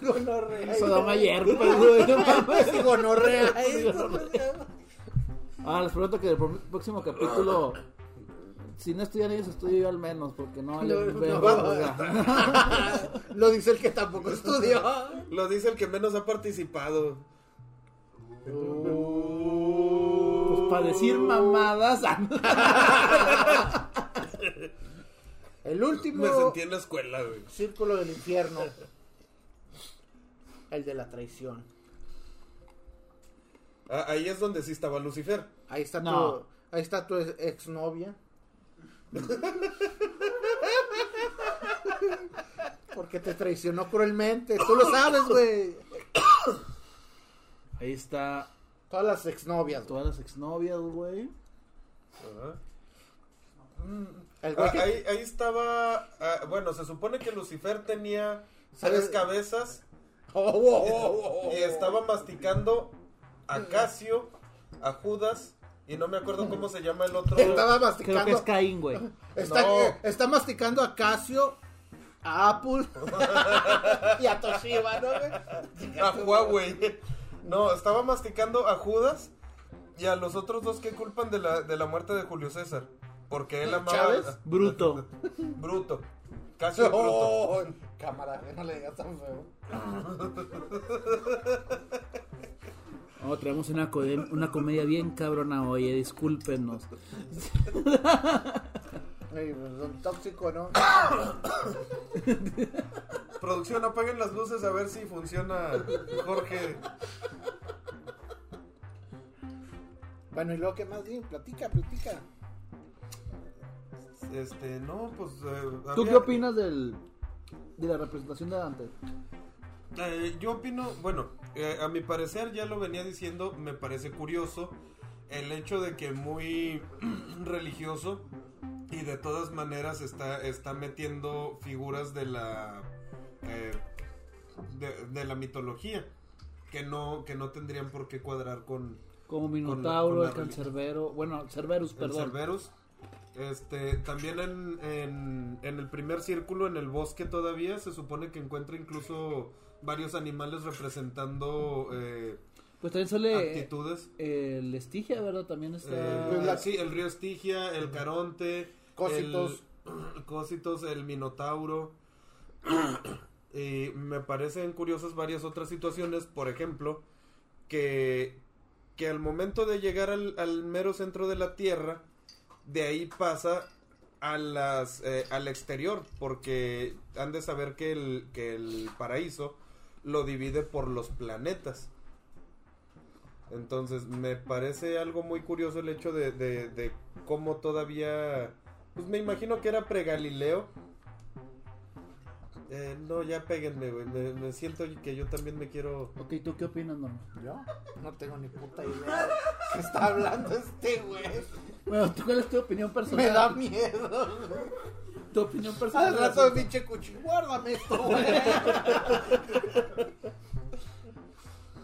[SPEAKER 3] Gonorrea.
[SPEAKER 1] Sodoma y herpes, güey. no mames.
[SPEAKER 3] Sí, gonorrea.
[SPEAKER 1] Sí, gonorrea. Ah, les prometo que el pro- próximo capítulo. Si no estudian ellos, estudio yo al menos, porque no vale
[SPEAKER 3] No,
[SPEAKER 1] verga,
[SPEAKER 3] no.
[SPEAKER 1] o sea.
[SPEAKER 3] Lo dice el que tampoco estudió.
[SPEAKER 2] Lo dice el que menos ha participado.
[SPEAKER 3] Uh.
[SPEAKER 1] Pues para decir mamadas.
[SPEAKER 3] El último
[SPEAKER 2] Me sentí en la escuela, güey.
[SPEAKER 3] círculo del infierno. El de la traición.
[SPEAKER 2] Ah, Ahí es donde sí estaba Lucifer.
[SPEAKER 3] Ahí está
[SPEAKER 1] No.
[SPEAKER 3] tu, ahí está tu ex- exnovia. Porque te traicionó cruelmente. Tú lo sabes, güey.
[SPEAKER 1] Ahí está
[SPEAKER 3] Todas las exnovias, güey.
[SPEAKER 1] todas las exnovias, güey.
[SPEAKER 2] Ajá.
[SPEAKER 3] El güey
[SPEAKER 2] Ah,
[SPEAKER 3] que-
[SPEAKER 2] ahí, ahí estaba. ah, bueno, se supone que Lucifer tenía tres
[SPEAKER 3] ¿Sabes?
[SPEAKER 2] cabezas
[SPEAKER 3] Oh, oh, oh, oh, oh. Mm.
[SPEAKER 2] y estaba masticando a Casio, a Judas y no me acuerdo cómo se llama el otro.
[SPEAKER 3] Estaba
[SPEAKER 1] Creo que
[SPEAKER 3] masticando.
[SPEAKER 1] es Caín, güey.
[SPEAKER 3] Está,
[SPEAKER 2] No.
[SPEAKER 3] eh, está masticando a Casio, a Apple y a Toshiba, ¿no, güey?
[SPEAKER 2] A Huawei. No, estaba masticando a Judas y a los otros dos que culpan de la, de la muerte de Julio César. Porque él amaba.
[SPEAKER 3] ¿Chávez?
[SPEAKER 1] Bruto.
[SPEAKER 2] Bruto. Casio Bruto.
[SPEAKER 3] Oh, cámara, güey, no le digas tan feo.
[SPEAKER 1] Oh, traemos una, co- una comedia bien cabrona hoy, eh, discúlpenos.
[SPEAKER 3] Ey, pues, Don tóxico, ¿no?
[SPEAKER 2] Producción, apaguen las luces a ver si funciona Jorge.
[SPEAKER 3] Bueno, y luego, ¿qué más? Dime, platica, platica.
[SPEAKER 2] Este, no, pues. eh,
[SPEAKER 1] ¿Tú
[SPEAKER 2] había-
[SPEAKER 1] qué opinas del, de la representación de Dante?
[SPEAKER 2] Eh, yo opino, bueno, eh, a mi parecer ya lo venía diciendo, me parece curioso el hecho de que muy religioso y de todas maneras está, está metiendo figuras de la eh, de, de la mitología que no que no tendrían por qué cuadrar con
[SPEAKER 1] Como
[SPEAKER 2] la-
[SPEAKER 1] Minotauro,
[SPEAKER 2] con la
[SPEAKER 1] el Cancerbero. Bueno, Cerberus,
[SPEAKER 2] el
[SPEAKER 1] perdón.
[SPEAKER 2] Cerberus. Este, también en, en, en el primer círculo, en el bosque todavía, se supone que encuentra incluso varios animales representando eh,
[SPEAKER 1] Pues también sale
[SPEAKER 2] actitudes.
[SPEAKER 1] eh, el Estigia, ¿verdad? También
[SPEAKER 2] Eh,
[SPEAKER 1] está.
[SPEAKER 3] la-
[SPEAKER 2] sí, el río Estigia, el Caronte,
[SPEAKER 3] Cósitos.
[SPEAKER 2] el, Cósitos, el Minotauro. y me parecen curiosas varias otras situaciones, por ejemplo, que, que al momento de llegar al, al mero centro de la Tierra, de ahí pasa a las, eh, al exterior, porque han de saber que el, que el paraíso lo divide por los planetas. Entonces, me parece algo muy curioso el hecho de, de, de cómo todavía... Pues me imagino que era pre-Galileo. Eh, no, ya péguenme, güey. Me, me siento que yo también me quiero...
[SPEAKER 1] Ok, ¿tú qué opinas, Norma?
[SPEAKER 3] Yo no tengo ni puta idea de qué está hablando este güey.
[SPEAKER 1] Bueno, ¿tú cuál es tu opinión personal?
[SPEAKER 3] Me da miedo. güey.
[SPEAKER 1] Tu opinión personal.
[SPEAKER 3] Al rato pinche cuchi, guárdame esto, güey.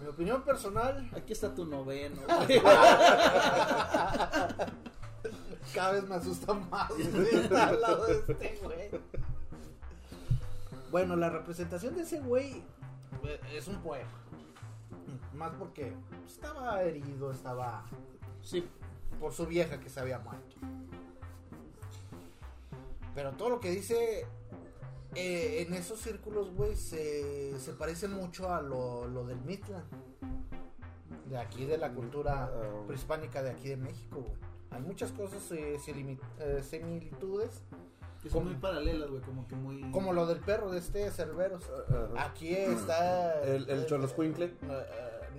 [SPEAKER 3] Mi opinión personal,
[SPEAKER 1] Aquí está tu noveno.
[SPEAKER 3] cada vez me asusta más güey, estar al lado de este güey. Bueno, la representación de ese güey eh, es un poema. Más porque estaba herido, estaba
[SPEAKER 1] Sí,
[SPEAKER 3] por su vieja que se había muerto. Pero todo lo que dice eh, en esos círculos, güey, se, se parece mucho a lo, lo del Mitla. De aquí, de la cultura
[SPEAKER 2] Ah.
[SPEAKER 3] prehispánica de aquí de México, güey. Hay muchas cosas, eh, silimi- eh, similitudes,
[SPEAKER 1] que son
[SPEAKER 3] Como-
[SPEAKER 1] muy paralelas, güey, como que muy...
[SPEAKER 3] como lo del perro de este Cerberos.
[SPEAKER 2] ah, Ajá.
[SPEAKER 3] Aquí está... eh,
[SPEAKER 2] El, el Choloscuincle.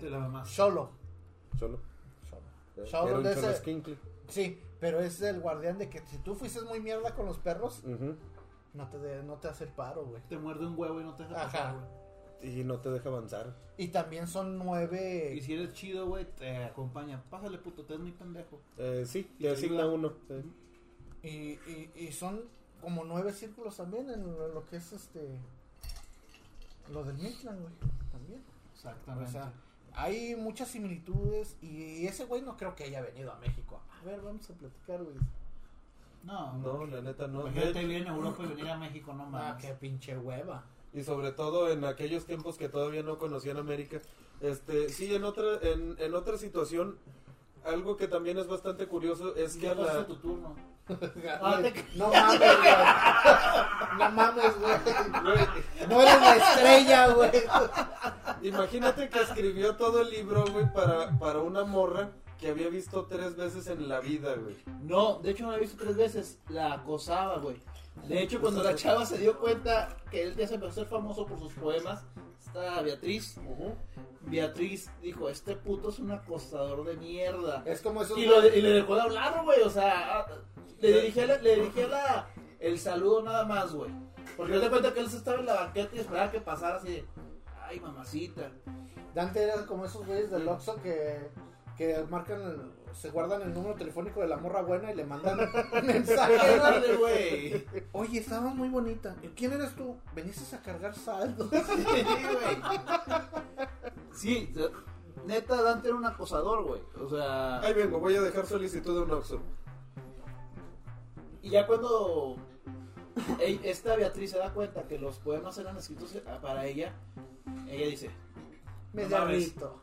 [SPEAKER 1] Te la mamás.
[SPEAKER 3] Cholo.
[SPEAKER 2] Cholo.
[SPEAKER 3] Cholo
[SPEAKER 2] Era un
[SPEAKER 3] de ese-
[SPEAKER 2] Choloscuincle.
[SPEAKER 3] Sí, pero es el guardián de que si tú fuiste muy mierda con los perros,
[SPEAKER 2] Ujú.
[SPEAKER 3] no te, de- no te hace el paro, güey.
[SPEAKER 1] Te muerde un huevo y no te deja
[SPEAKER 3] Ajá.
[SPEAKER 1] pasar, güey.
[SPEAKER 2] Y no te deja avanzar.
[SPEAKER 3] Y también son nueve.
[SPEAKER 1] Y si eres chido, güey, te acompaña. Pásale, puto, te es muy pendejo.
[SPEAKER 2] Eh, sí,
[SPEAKER 1] Y
[SPEAKER 2] te
[SPEAKER 1] te
[SPEAKER 2] asigna
[SPEAKER 1] ayuda.
[SPEAKER 2] uno. sí.
[SPEAKER 3] Y, y- y son como nueve círculos también en lo lo que es este. Lo del Midland, güey. También. O
[SPEAKER 1] Exactamente.
[SPEAKER 3] sea, hay muchas similitudes. Y ese güey no creo que haya venido a México. Ah, A ver, vamos a platicar, güey.
[SPEAKER 1] no,
[SPEAKER 2] No, la neta no.
[SPEAKER 1] Imagínate vivir en Europa y venir a México, no
[SPEAKER 3] Ah,
[SPEAKER 1] mames.
[SPEAKER 3] qué pinche hueva.
[SPEAKER 2] y sobre todo en aquellos tiempos que todavía no conocían América. Este, sí, en otra, en, en otra situación, algo que también es bastante curioso es que
[SPEAKER 1] Ya
[SPEAKER 2] a la-
[SPEAKER 1] pasó tu turno. Ah,
[SPEAKER 3] Güey, no mames, güey. No mames, güey.
[SPEAKER 2] Güey,
[SPEAKER 3] No eres la estrella, güey.
[SPEAKER 2] imagínate que escribió todo el libro, güey, para, para una morra que había visto tres veces en la vida, güey.
[SPEAKER 1] No, de hecho me la he visto tres veces. La acosaba, güey. De hecho, cuando la chava se dio cuenta que él ya se empezó a ser famoso por sus poemas, está Beatriz. Beatriz dijo, este puto es un acosador de mierda.
[SPEAKER 3] Es como esos.
[SPEAKER 1] Y, lo- y le dejó de hablar, güey. O sea, ah, le dirigí, la- le dirigí la- el saludo nada más, güey. Porque yo te cuenta que él se estaba en la banqueta y esperaba que pasara así de, ay, mamacita.
[SPEAKER 3] Dante era como esos güeyes del Oxxo que, que marcan, el- se guardan el número telefónico de la morra buena y le mandan mensajes.
[SPEAKER 1] Ándale, güey. Sí,
[SPEAKER 3] Oye, estaba muy bonita. ¿Y ¿Quién eres tú? Veniste a cargar saldo.
[SPEAKER 1] güey. Sí, neta, Dante era un acosador, güey. O sea,
[SPEAKER 2] Ahí vengo, voy a dejar solicitud de un Oxxo.
[SPEAKER 1] y ya cuando e- esta Beatriz se da cuenta que los poemas eran escritos eh, para ella, ella dice,
[SPEAKER 3] Me
[SPEAKER 1] No
[SPEAKER 3] derrito.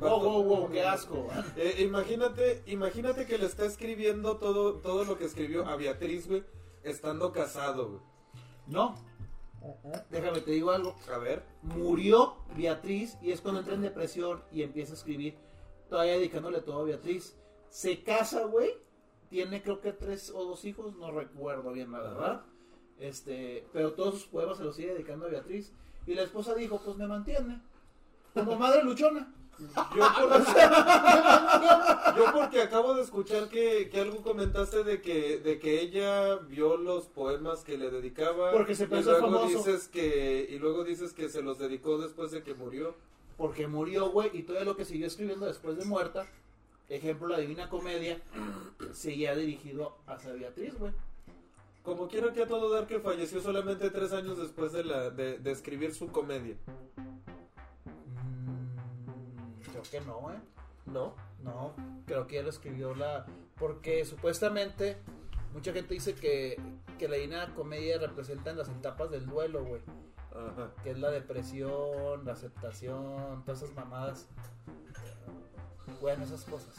[SPEAKER 1] wow, wow, wow, qué asco.
[SPEAKER 2] Eh, imagínate, imagínate que le está escribiendo todo, todo lo que escribió a Beatriz, güey, estando casado, güey.
[SPEAKER 1] No, déjame te digo algo.
[SPEAKER 2] A ver.
[SPEAKER 1] murió Beatriz y es cuando entra en depresión y empieza a escribir, todavía dedicándole todo a Beatriz. Se casa, güey, tiene creo que tres o dos hijos, no recuerdo bien la verdad. Este, pero todos sus poemas se los sigue dedicando a Beatriz. Y la esposa dijo, pues me mantiene. Como madre luchona.
[SPEAKER 2] Yo, por- yo porque acabo de escuchar que, que algo comentaste de que, de que ella vio los poemas que le dedicaba.
[SPEAKER 1] Porque se
[SPEAKER 2] y
[SPEAKER 1] pensó
[SPEAKER 2] luego
[SPEAKER 1] famoso.
[SPEAKER 2] dices que Y luego dices que se los dedicó después de que murió.
[SPEAKER 1] Porque murió, güey, y todo lo que siguió escribiendo después de muerta, ejemplo, la Divina Comedia, seguía dirigido hacia Beatriz, güey.
[SPEAKER 2] Como quiero que a todo dar que falleció solamente tres años después de, la, de, de escribir su comedia.
[SPEAKER 1] Creo que no, eh.
[SPEAKER 2] ¿No?
[SPEAKER 1] No, creo que ya lo escribió la. Porque supuestamente mucha gente dice que, que la Divina Comedia representa las etapas del duelo, güey.
[SPEAKER 2] Ajá.
[SPEAKER 1] Que es la depresión, la aceptación, todas esas mamadas. Bueno, esas cosas.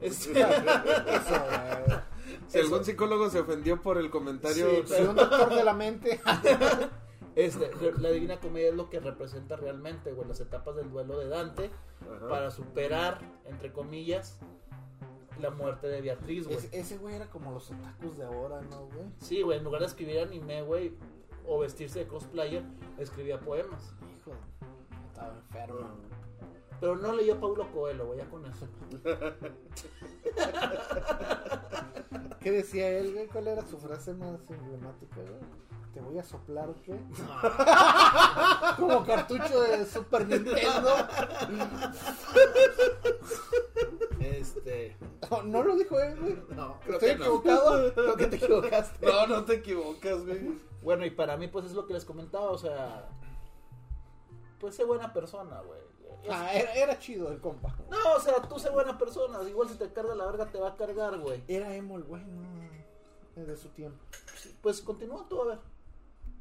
[SPEAKER 1] Este,
[SPEAKER 3] Eso, güey.
[SPEAKER 2] Si algún psicólogo se ofendió por el comentario, pues,
[SPEAKER 3] Si un doctor de la mente.
[SPEAKER 1] este, la Divina Comedia es lo que representa realmente, güey, las etapas del duelo de Dante
[SPEAKER 2] Ajá.
[SPEAKER 1] para superar, entre comillas, la muerte de Beatriz, güey.
[SPEAKER 3] Ese- ese güey era como los otakus de ahora, ¿no, güey?
[SPEAKER 1] Sí, güey, en lugar de escribir anime, güey, o vestirse de cosplayer, escribía poemas.
[SPEAKER 3] Hijo, estaba enfermo.
[SPEAKER 1] Pero no leyó Paulo Coelho, güey, ya con eso.
[SPEAKER 3] ¿Qué decía él, güey? ¿Cuál era su frase más emblemática, güey? Te voy a soplar, ¿qué? Como cartucho de Super Nintendo.
[SPEAKER 1] Este.
[SPEAKER 3] No, no lo dijo él, güey.
[SPEAKER 1] No,
[SPEAKER 3] ¿Estoy equivocado? Creo que te equivocaste.
[SPEAKER 2] No, no te equivocas, güey.
[SPEAKER 1] Bueno, y para mí, pues es lo que les comentaba, o sea. Pues sé buena persona, güey. Es-
[SPEAKER 3] Ah, era, era chido el compa.
[SPEAKER 1] No, o sea, tú sé buena persona. Igual si te carga la verga, te va a cargar, güey.
[SPEAKER 3] Era emo el güey, no. De su tiempo.
[SPEAKER 1] Pues continúa tú, a ver.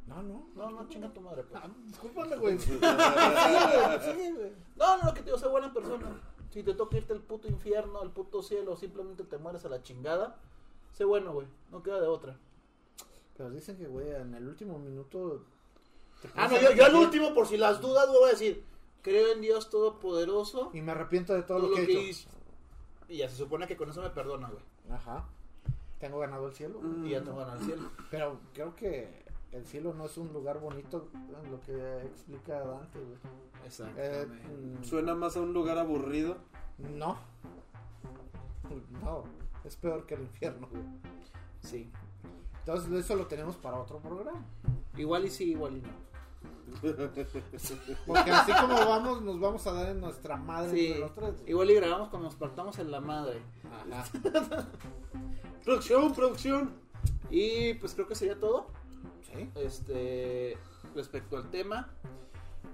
[SPEAKER 5] No, no.
[SPEAKER 1] No, no, chinga tu madre, pues.
[SPEAKER 5] Ah, discúlpame, güey.
[SPEAKER 1] Sigue, güey, sigue, güey. No, no, lo que te digo, sé buena persona. Si te toca irte al puto infierno, al puto cielo, simplemente te mueres a la chingada, sé bueno, güey. No queda de otra.
[SPEAKER 3] Pero dicen que, güey, en el último minuto. te
[SPEAKER 1] Ah, no,
[SPEAKER 3] pones a
[SPEAKER 1] yo, yo al
[SPEAKER 3] arrepentir.
[SPEAKER 1] último, por si las dudas, güey, voy a decir, creo en Dios Todopoderoso,
[SPEAKER 3] Y me arrepiento de todo,
[SPEAKER 1] todo
[SPEAKER 3] lo que he hecho.
[SPEAKER 1] hice. Y ya se supone que con eso me perdona, güey.
[SPEAKER 3] Ajá. Tengo ganado el cielo.
[SPEAKER 1] Y ya te van al cielo.
[SPEAKER 3] Pero creo que el cielo no es un lugar bonito, lo que explica Dante, güey. Eh, mm,
[SPEAKER 2] Suena más a un lugar aburrido.
[SPEAKER 3] no. No, es peor que el infierno, güey.
[SPEAKER 1] Sí.
[SPEAKER 3] Entonces, eso lo tenemos para otro programa.
[SPEAKER 1] Igual y sí, igual y no.
[SPEAKER 3] Porque así como vamos, nos vamos a dar en nuestra madre
[SPEAKER 1] Sí.
[SPEAKER 3] Ah, entre los tres. güey.
[SPEAKER 1] Igual y grabamos cuando nos partamos en la madre.
[SPEAKER 3] Ajá.
[SPEAKER 2] Producción, producción.
[SPEAKER 1] Y pues creo que sería todo.
[SPEAKER 3] Sí.
[SPEAKER 1] Este respecto al tema.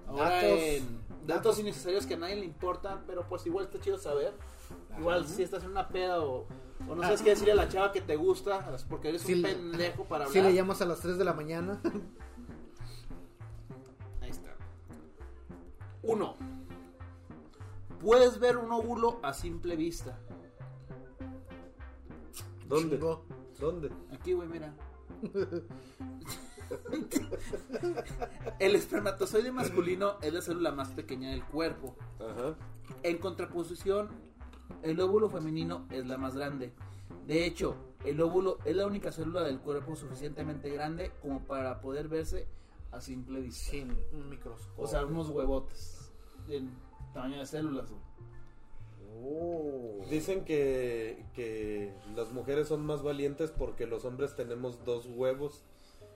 [SPEAKER 1] Ahora
[SPEAKER 3] Datos.
[SPEAKER 1] en datos,
[SPEAKER 3] Datos.
[SPEAKER 1] innecesarios que a nadie le importan, pero pues igual está chido saber. Igual
[SPEAKER 3] Ajá. Ah.
[SPEAKER 1] si estás en una peda o, o no sabes qué decirle a la chava que te gusta, porque eres
[SPEAKER 3] Sí
[SPEAKER 1] un
[SPEAKER 3] le-
[SPEAKER 1] pendejo para
[SPEAKER 3] Si
[SPEAKER 1] hablar.
[SPEAKER 3] le llamas a las 3 de la mañana.
[SPEAKER 1] Ahí está. Uno. Puedes ver un óvulo a simple vista.
[SPEAKER 2] ¿Dónde?
[SPEAKER 3] Chingo.
[SPEAKER 2] ¿Dónde?
[SPEAKER 1] Aquí, güey, mira. El espermatozoide masculino es la célula más pequeña del cuerpo.
[SPEAKER 2] Ajá.
[SPEAKER 1] En contraposición, el óvulo femenino es la más grande. De hecho, el óvulo es la única célula del cuerpo suficientemente grande como para poder verse a simple vista.
[SPEAKER 3] Sin un microscopio.
[SPEAKER 1] O sea, unos huevotes en tamaño de células. güey.
[SPEAKER 3] Oh.
[SPEAKER 2] Dicen que, que las mujeres son más valientes porque los hombres tenemos dos huevos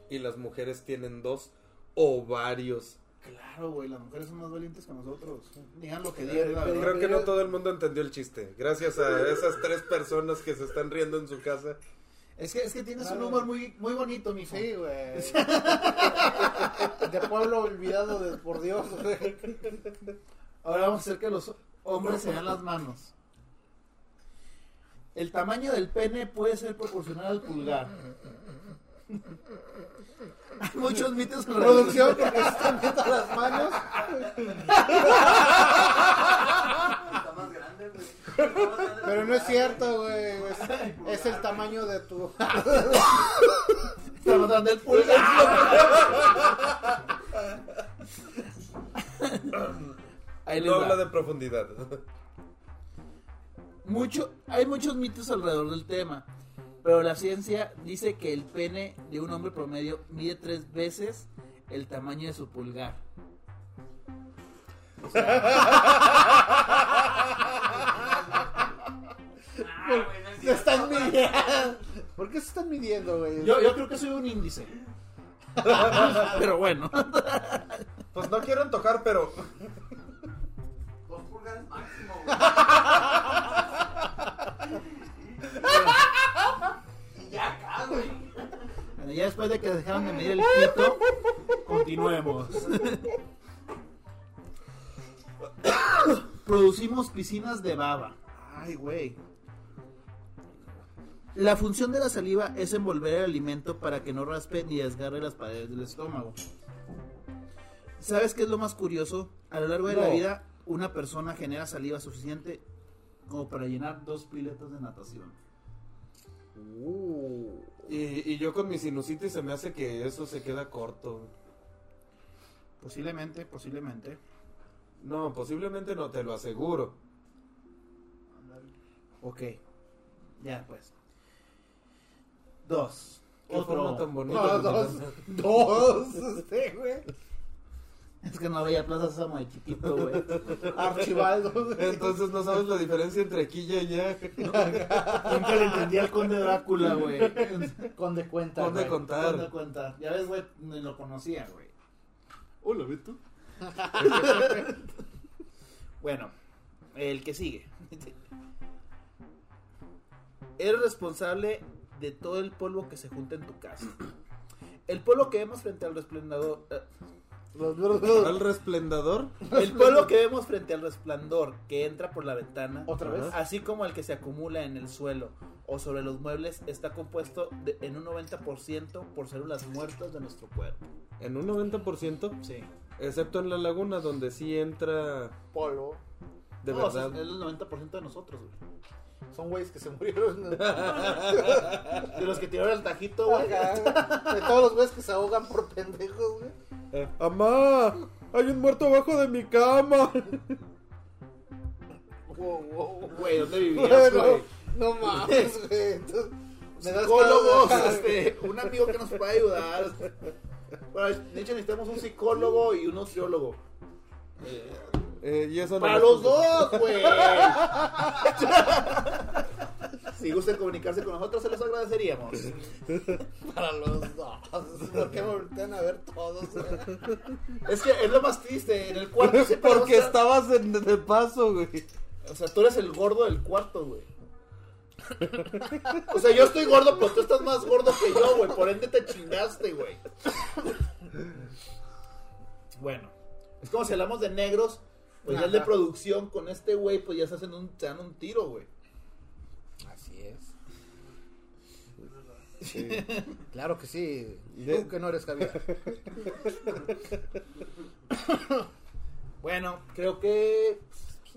[SPEAKER 2] y las mujeres tienen dos ovarios.
[SPEAKER 1] Claro, güey, las mujeres son más valientes que nosotros. Digan lo que
[SPEAKER 3] Eh,
[SPEAKER 1] digan. la verdad.
[SPEAKER 2] Creo que no todo el mundo entendió el chiste. Gracias a esas tres personas que se están riendo en su casa.
[SPEAKER 1] Es que, es que tienes un
[SPEAKER 3] Claro.
[SPEAKER 1] humor muy, muy bonito, mi
[SPEAKER 3] Sí, güey. De pueblo olvidado de por Dios, güey.
[SPEAKER 1] Ahora vamos a hacer que los hombres se vean las manos. El tamaño del pene puede ser proporcional al pulgar. Hay muchos mitos alrededor de-
[SPEAKER 3] Producción porque se están viendo las manos.
[SPEAKER 4] Está más grande, güey. Está más grande
[SPEAKER 3] Pero
[SPEAKER 4] el
[SPEAKER 3] no es
[SPEAKER 4] pulgar,
[SPEAKER 3] cierto, güey. Es, es el tamaño de tu.
[SPEAKER 1] Estamos dando el pulgar. Ahí les
[SPEAKER 2] No
[SPEAKER 1] va.
[SPEAKER 2] habla de profundidad.
[SPEAKER 1] Mucho, hay muchos mitos alrededor del tema, pero la ciencia dice que el pene de un hombre promedio mide tres veces el tamaño de su pulgar. O sea-
[SPEAKER 4] Ah, güey, no es
[SPEAKER 3] Se
[SPEAKER 4] cierto.
[SPEAKER 3] están midiendo. ¿Por qué se están midiendo, güey?
[SPEAKER 1] yo, yo creo que soy un índice. Pero bueno.
[SPEAKER 2] Pues no quiero antojar, pero
[SPEAKER 4] Dos pulgares máximo, güey. Y ya acá, güey.
[SPEAKER 1] Bueno, ya después de que dejaron de medir el pito, continuemos. Producimos piscinas de baba. Ay, güey. La función de la saliva es envolver el alimento para que no raspe ni desgarre las paredes del estómago. ¿Sabes qué es lo más curioso? A lo largo de la
[SPEAKER 3] No.
[SPEAKER 1] vida, una persona genera saliva suficiente como para llenar dos piletas de natación.
[SPEAKER 3] Uh,
[SPEAKER 2] Y, y yo con mi sinusitis se me hace que eso se queda corto.
[SPEAKER 1] Posiblemente, posiblemente.
[SPEAKER 2] No, posiblemente no, te lo aseguro.
[SPEAKER 1] Ok. Ya, pues. Dos.
[SPEAKER 2] Qué forma tan
[SPEAKER 1] Otro.
[SPEAKER 2] bonita.
[SPEAKER 3] no,
[SPEAKER 2] de
[SPEAKER 3] dos.
[SPEAKER 2] tener-
[SPEAKER 3] Dos, este, güey.
[SPEAKER 1] Es que no veía Plaza Sésamo de chiquito, güey.
[SPEAKER 3] Archibaldo, güey.
[SPEAKER 2] Entonces no sabes la diferencia entre aquí y allá.
[SPEAKER 1] Nunca le entendía al conde Drácula, güey.
[SPEAKER 3] Con de cuenta.
[SPEAKER 2] Con de
[SPEAKER 3] güey.
[SPEAKER 2] contar.
[SPEAKER 1] Conde cuenta. Ya ves, güey, ni lo conocía, güey.
[SPEAKER 2] Hola, Beto.
[SPEAKER 1] Bueno, el que sigue. Eres responsable de todo el polvo que se junta en tu casa. El polvo que vemos frente al resplandor. eh,
[SPEAKER 2] Al resplendador.
[SPEAKER 1] El pueblo que vemos frente al resplandor que entra por la ventana,
[SPEAKER 3] Otra vez.
[SPEAKER 2] Ajá.
[SPEAKER 1] así como el que se acumula en el suelo o sobre los muebles, está compuesto de- en un 90% por células muertas de nuestro cuerpo.
[SPEAKER 2] En un 90%,
[SPEAKER 1] Sí.
[SPEAKER 2] excepto en la laguna, donde sí entra
[SPEAKER 3] Polvo.
[SPEAKER 2] de
[SPEAKER 1] No, o sea,
[SPEAKER 2] verdad.
[SPEAKER 1] es el 90% de nosotros, güey.
[SPEAKER 3] Son güeyes que se murieron.
[SPEAKER 1] De los que tiraron el tajito, güey.
[SPEAKER 3] Ajá. De todos los güeyes que se ahogan por pendejos, güey.
[SPEAKER 2] Eh, ¡Amá! ¡Hay un muerto abajo de mi cama!
[SPEAKER 3] Wow, wow, wow.
[SPEAKER 1] Güey, ¿dónde vivías,
[SPEAKER 3] Bueno,
[SPEAKER 1] güey?
[SPEAKER 3] no mames, güey. Entonces, me das
[SPEAKER 1] Psicólogos,
[SPEAKER 3] cada-
[SPEAKER 1] este, un amigo que nos pueda ayudar. Bueno, de hecho necesitamos un psicólogo y un ociólogo.
[SPEAKER 2] Eh, y eso no
[SPEAKER 1] Para
[SPEAKER 2] me
[SPEAKER 1] los
[SPEAKER 2] gusta.
[SPEAKER 1] dos, güey. Si gustan comunicarse con nosotros, se los agradeceríamos.
[SPEAKER 3] Para los dos. ¿Por qué me voltean a ver todos, güey?
[SPEAKER 1] Es que es lo más triste. En el cuarto siempre
[SPEAKER 2] Porque
[SPEAKER 1] vamos a-
[SPEAKER 2] estabas en- de paso, güey.
[SPEAKER 1] O sea, tú eres el gordo del cuarto, güey. O sea, yo estoy gordo, pues tú estás más gordo que yo, güey. Por ende te chingaste, güey. Bueno, es como si hablamos de negros, pues ya el de
[SPEAKER 3] Ajá.
[SPEAKER 1] producción con este güey, pues ya se hacen un, se dan un tiro, güey.
[SPEAKER 3] Así es. Claro que sí.
[SPEAKER 2] De-
[SPEAKER 3] Tú que no eres Javier.
[SPEAKER 1] Bueno, creo que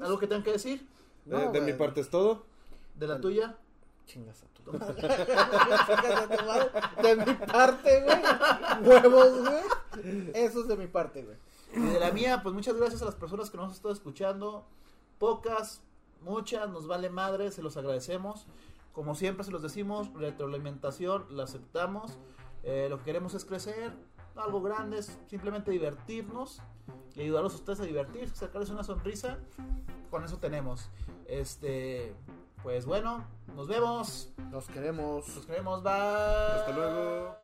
[SPEAKER 1] algo que tengo que decir
[SPEAKER 2] De,
[SPEAKER 3] No,
[SPEAKER 2] Eh, de mi
[SPEAKER 3] güey.
[SPEAKER 2] parte es todo.
[SPEAKER 1] de la tuya.
[SPEAKER 3] Chingas a tu madre. De mi parte, güey. Huevos, güey. Eso es de mi parte, güey.
[SPEAKER 1] Y de la mía, pues muchas gracias a las personas que nos han estado escuchando. Pocas, muchas, nos vale madre, se los agradecemos. Como siempre se los decimos, retroalimentación la aceptamos. Eh, lo que queremos es crecer, algo grande, es simplemente divertirnos y ayudarlos a ustedes a divertirse, sacarles una sonrisa. Con eso tenemos. Este, pues bueno, nos vemos.
[SPEAKER 3] Los queremos.
[SPEAKER 1] Nos vemos, bye.
[SPEAKER 2] Hasta luego.